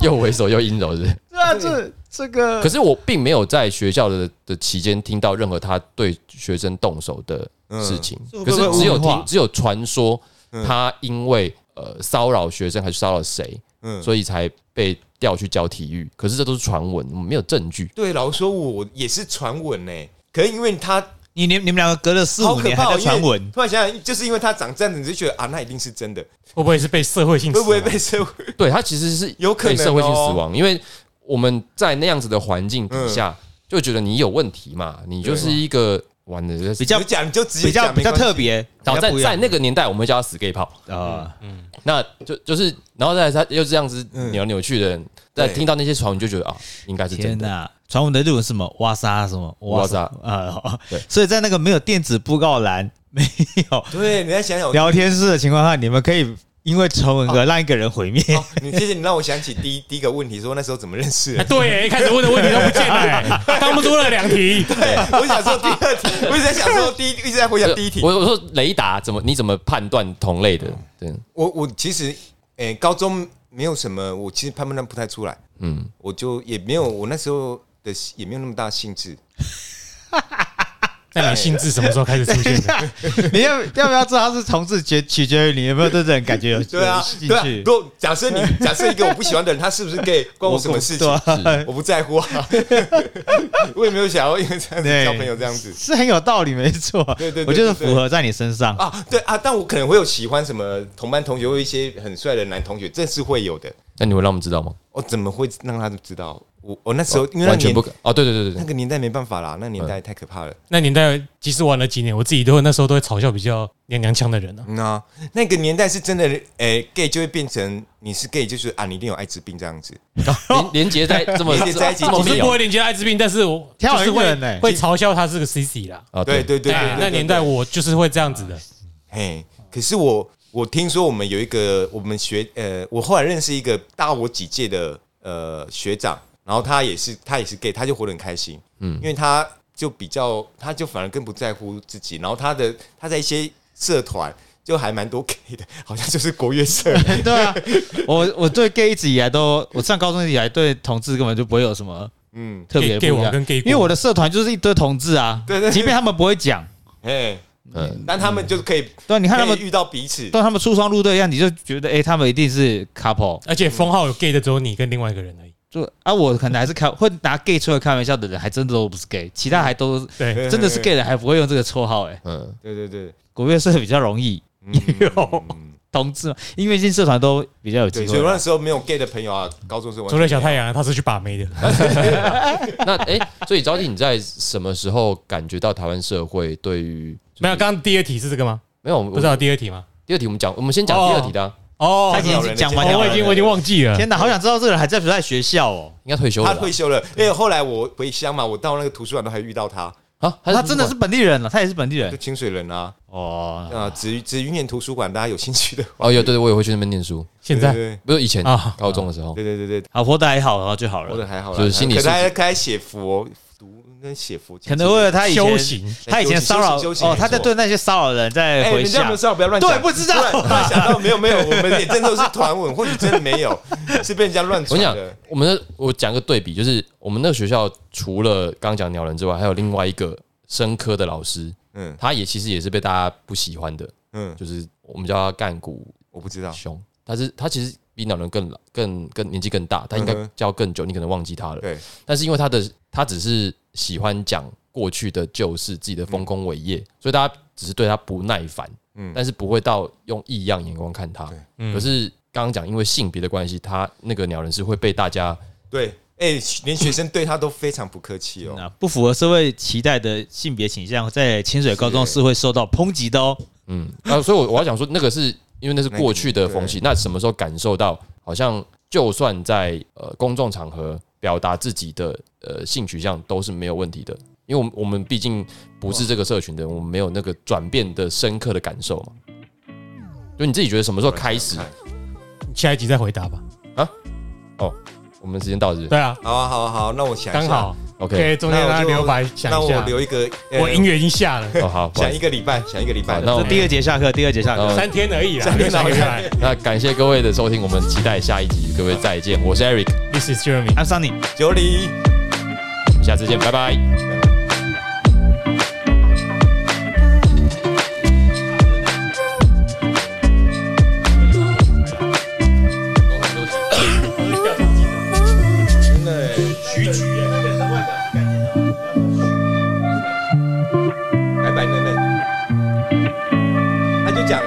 S1: 又猥琐又阴柔，是不是？
S3: 对啊，这这个
S1: 可是我并没有在学校的的期间听到任何他对学生动手的事情，
S3: 嗯
S1: 可是
S3: 会不会
S1: 只有
S3: 污名化
S1: 听只有传说
S4: 嗯
S1: 他因为呃骚扰学生还是骚扰谁，
S4: 嗯，
S1: 所以才被调去教体育。可是这都是传闻，我们没有证据。
S4: 欸对，老实说我也是传闻呢。可能因为他
S3: 你你你们两个隔了四
S4: 好
S3: 五
S4: 可
S3: 年还
S4: 怕哦！
S3: 在传
S4: 因为
S3: 闻，
S4: 突然想想，就是因为他长这样子，你就觉得啊，那一定是真的，
S2: 会不会是被社会性
S3: 嗯
S2: 啊死
S4: 会
S2: 亡？
S4: 不会被社会？
S1: 对他其实是
S4: 有可能哦
S1: 被社会性死亡，因为我们在那样子的环境底
S4: 嗯
S1: 下，就觉得你有问题嘛，你就是一个玩的
S3: 啊比较
S4: 你讲你就直接
S3: 比较
S4: 讲
S3: 比较，
S4: 没关
S3: 特别，
S1: 然后在在那
S3: 个
S1: 个年代，我们会叫他死 gay 炮，
S3: 啊，
S1: 那就就是，然后再来他又这样子扭来扭去的人，在
S4: 嗯对
S1: 听到那些传闻就觉得啊，应
S4: 嗯
S1: 该是真
S3: 天
S1: 的。
S3: 哪！传闻的日文是什么？哇沙什么？啊！ <laughs>
S1: 对
S3: 所以在那个没有电子布告栏、没有
S4: 系对，你再想想，
S3: 聊天室的情况下，你们可以因为传闻而让一个人毁灭。
S4: 哦你谢谢你让我想起第一第一个问题，说那时候怎么认识
S2: 哎
S3: <laughs>
S4: 的？
S2: 对
S4: <laughs>
S2: 耶，一开始问的问题都不见了耶，刚不多了两题，
S4: 对，我想说第二题，我一直在想说第一，一直在回
S3: 呃
S4: 想第一题。嗯
S1: 我我说雷达怎么你怎么判断同类的？对，
S4: 我我其实，诶、高中没有什么，我其实判断不太出来，
S1: 嗯，
S4: 我就也没有，我那时候的也没有那么大兴致。
S2: 那你心智什么时候开始出现
S4: <laughs>
S2: 的？
S3: <laughs> 你要要不要知道他是同志，决取决于你有没有对这人感觉
S4: <laughs>
S3: 有
S4: 对啊
S3: 有，兴
S4: 对啊
S3: 趣。。
S4: 如果假设你
S1: <laughs>
S4: 假设一个我不喜欢的人，他是不是 gay，关我什么事情？
S3: 对啊
S4: 我不在乎
S1: <laughs>
S4: 啊，我也没有想要因为这样子
S3: 对
S4: 交朋友这
S1: <laughs>
S4: 样子
S3: 是很有道理，没错。
S4: 对对对
S3: 我就是
S4: 对
S3: 符
S4: 对
S3: 合在你身上。
S4: 啊。对啊，但我可能会有喜欢什么同班同学，或一些很帅的男同学，这是会有的。
S1: 那你会让我们知道吗？
S4: 我怎么会让他知道？我哦我那时候因为那
S1: 完全
S4: 年
S1: 不可哦，对对对对
S4: <laughs> 那
S1: 对，
S4: 个年代没办法啦，那年代太可怕了。
S2: 那年代即使玩了几年，我自己都那时候都会嘲笑比较娘娘腔的人啊。
S4: 嗯啊，那个年代是真的，诶、g a y 就会变成你是 gay，就是啊，你一定有艾滋病这样子。
S1: 连连接在这么
S4: 连结在一起
S1: 这么
S2: 我是
S1: 密
S2: 不
S1: 哦
S2: 会连接艾滋病，但是我
S3: 天啊
S2: 就是
S3: 很
S2: 会
S3: 远耶
S2: 会嘲笑他是个 CC 啦。
S1: 啊，
S4: 对
S1: 对
S4: 对对对
S2: 哎
S4: 对，啊
S2: 那年代我就是会这样子的。
S4: 嘿，可是我我听说我们有一个我们学呃，我后来认识一个大我几届的呃学长，然后他也是他也是 gay，他就活得很开心，嗯，因为他就比较他就反而更不在乎自己，然后他的他在一些社团就还蛮多 gay 的，好像就是国乐社，
S3: <laughs> <laughs> 对啊，我我对 gay 一直以来都，我上高中以来对同志根本就不会有什么
S4: 嗯，
S3: 特别
S2: gay-
S3: 不一
S2: gay
S3: 样
S2: 网跟 gay
S3: 因为我的社团就是一堆同志啊，
S4: 对对对
S3: 即便他们不会讲，
S4: 嘿，
S1: 嗯，
S4: 但他们就可以
S3: 对，你看他
S4: 可
S3: 们
S4: 以，遇到彼此，
S3: 当他们出双入对的样子，你就觉得哎、诶他们一定是 couple，
S2: 而且封号有 gay 的只有你跟另外一个人而已。
S3: 就啊，我可能还是开会拿 gay 出来开玩笑的人，还真的都不是 gay，其他还都是
S2: 对，
S3: 真的是 gay 的，还不会用这个绰号、诶哎，
S1: 嗯，
S4: 对对对，嗯
S3: 国乐社比较容易， <laughs>
S4: 有。
S3: 同志嘛，音乐性社团都比较有机
S4: 对，所以我
S3: 会。
S4: 那时候没有 gay 的朋友啊，高中是完全
S2: 除了小太阳，他是去把妹的。
S4: 啊
S1: 那哎，所以招弟你在什么时候感觉到台湾社会对于
S2: 没有，刚刚第二题是这个吗？
S1: 没有？我
S2: 不知道第二题吗？
S1: 第二题我们讲，我们先讲
S2: 哦
S1: 第二题的啊，
S2: 哦，
S3: 他
S4: 太
S3: 已
S4: 久了
S3: 经讲完
S4: 太
S3: 了，
S2: 哦
S4: 久
S2: 我已经我已经忘记了。
S3: 天哪，好想知道这个人还在不在学校哦。
S1: 应该退休了
S4: 他
S1: 吧
S4: 退休了，因为后来我回乡嘛，我到那个图书馆都还遇到他，
S1: 啊，
S3: 他真的是本地人啊了，他也是本地
S4: 就
S3: 人
S4: 清水人啊，
S3: 哦。
S4: 啊，紫紫云念图书馆，大家有兴趣的话，
S1: 哦，有对对，我也会去那边念书，
S2: 现在
S4: 对
S1: 不是以前
S2: 啊
S1: 高中的时候，
S4: 对对对对对，
S3: 好活得还好，然后哦就好
S4: 活
S3: 了。
S4: 得还好啦，
S1: 就是心理
S4: 可
S1: 素质
S4: 他还开始写佛读那写佛经，
S3: 可能为了他以前
S2: 修行，
S3: 他以前骚扰
S4: 修行修行
S3: 哦，他在对那些骚扰人在
S4: 哎，
S3: 回
S4: 人
S3: 想
S4: 家没，有不要乱讲，
S3: 对不知道
S4: 突然突然想到没有没有，我们也真的都是团吻，或许真的没有，是被人家乱
S1: 我跟
S4: 传
S1: 你讲
S4: 的，，
S1: 我们的我讲个对比，就是我们那个学校除了刚讲鸟人之外，还有另外一个生科的老师，
S4: 嗯
S1: 他也其实也是被大家不喜欢的，
S4: 嗯，
S1: 就是我们叫他干股
S4: 我不知道，
S1: 兄，但是他其实比鸟人更老、更更年纪更大，他应该
S4: 嗯哼
S1: 教更久，你可能忘记他了。
S4: 对，
S1: 但是因为他的他只是喜欢讲过去的旧事、自己的丰功伟业，所以大家只是对他不耐烦，
S4: 嗯
S1: 但是不会到用异样眼光看他。可是刚刚讲，因为性别的关系，他那个鸟人是会被大家。
S4: 对，哎，连学生对他都非常不客气哦，
S3: 啊，不符合社会期待的性别倾向，在清水高中是会受到抨击的哦。
S1: 嗯，啊，所以我我要讲说，那个是因为那是过去的风气，那什么时候感受到好像就算在呃公众场合表达自己的呃性取向都是没有问题的，因为我们我们毕竟不是这个社群的，我们没有那个转变的深刻的感受嘛。就你自己觉得什么时候开始？
S4: 啊
S2: 下一集再回答吧。
S1: 我们时间到是不是
S2: 对啊，
S4: 好啊好啊好啊，那我想一
S2: 刚
S4: 下
S2: 好
S1: ？OK，
S2: OK，中间让他留白想
S4: 那
S2: 一
S4: 我
S2: 下。
S4: 留一个，呃
S2: 我音乐已经下了，
S1: 哦好，不好
S4: 想
S1: 意
S4: 一
S1: 思
S4: 个礼拜，想一个礼
S1: 好
S4: 拜。
S1: 那我
S3: 这第二节下课，第二节下课，
S1: 嗯
S2: 三天而已啦，
S4: 三
S2: 没有
S4: 天
S2: 想回来。
S1: 那感谢各位的收听，我们期待下一集各位再见，我是 Eric，
S2: This is Jeremy。
S3: 安桑尼。
S4: 九里。
S1: 我们下次见，拜拜。
S2: 徐局耶。
S4: 就讲，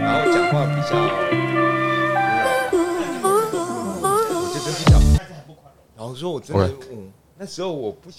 S4: 然后讲话比较，我就真比较，然后说我真的
S1: OK，
S4: 嗯，那时候我不喜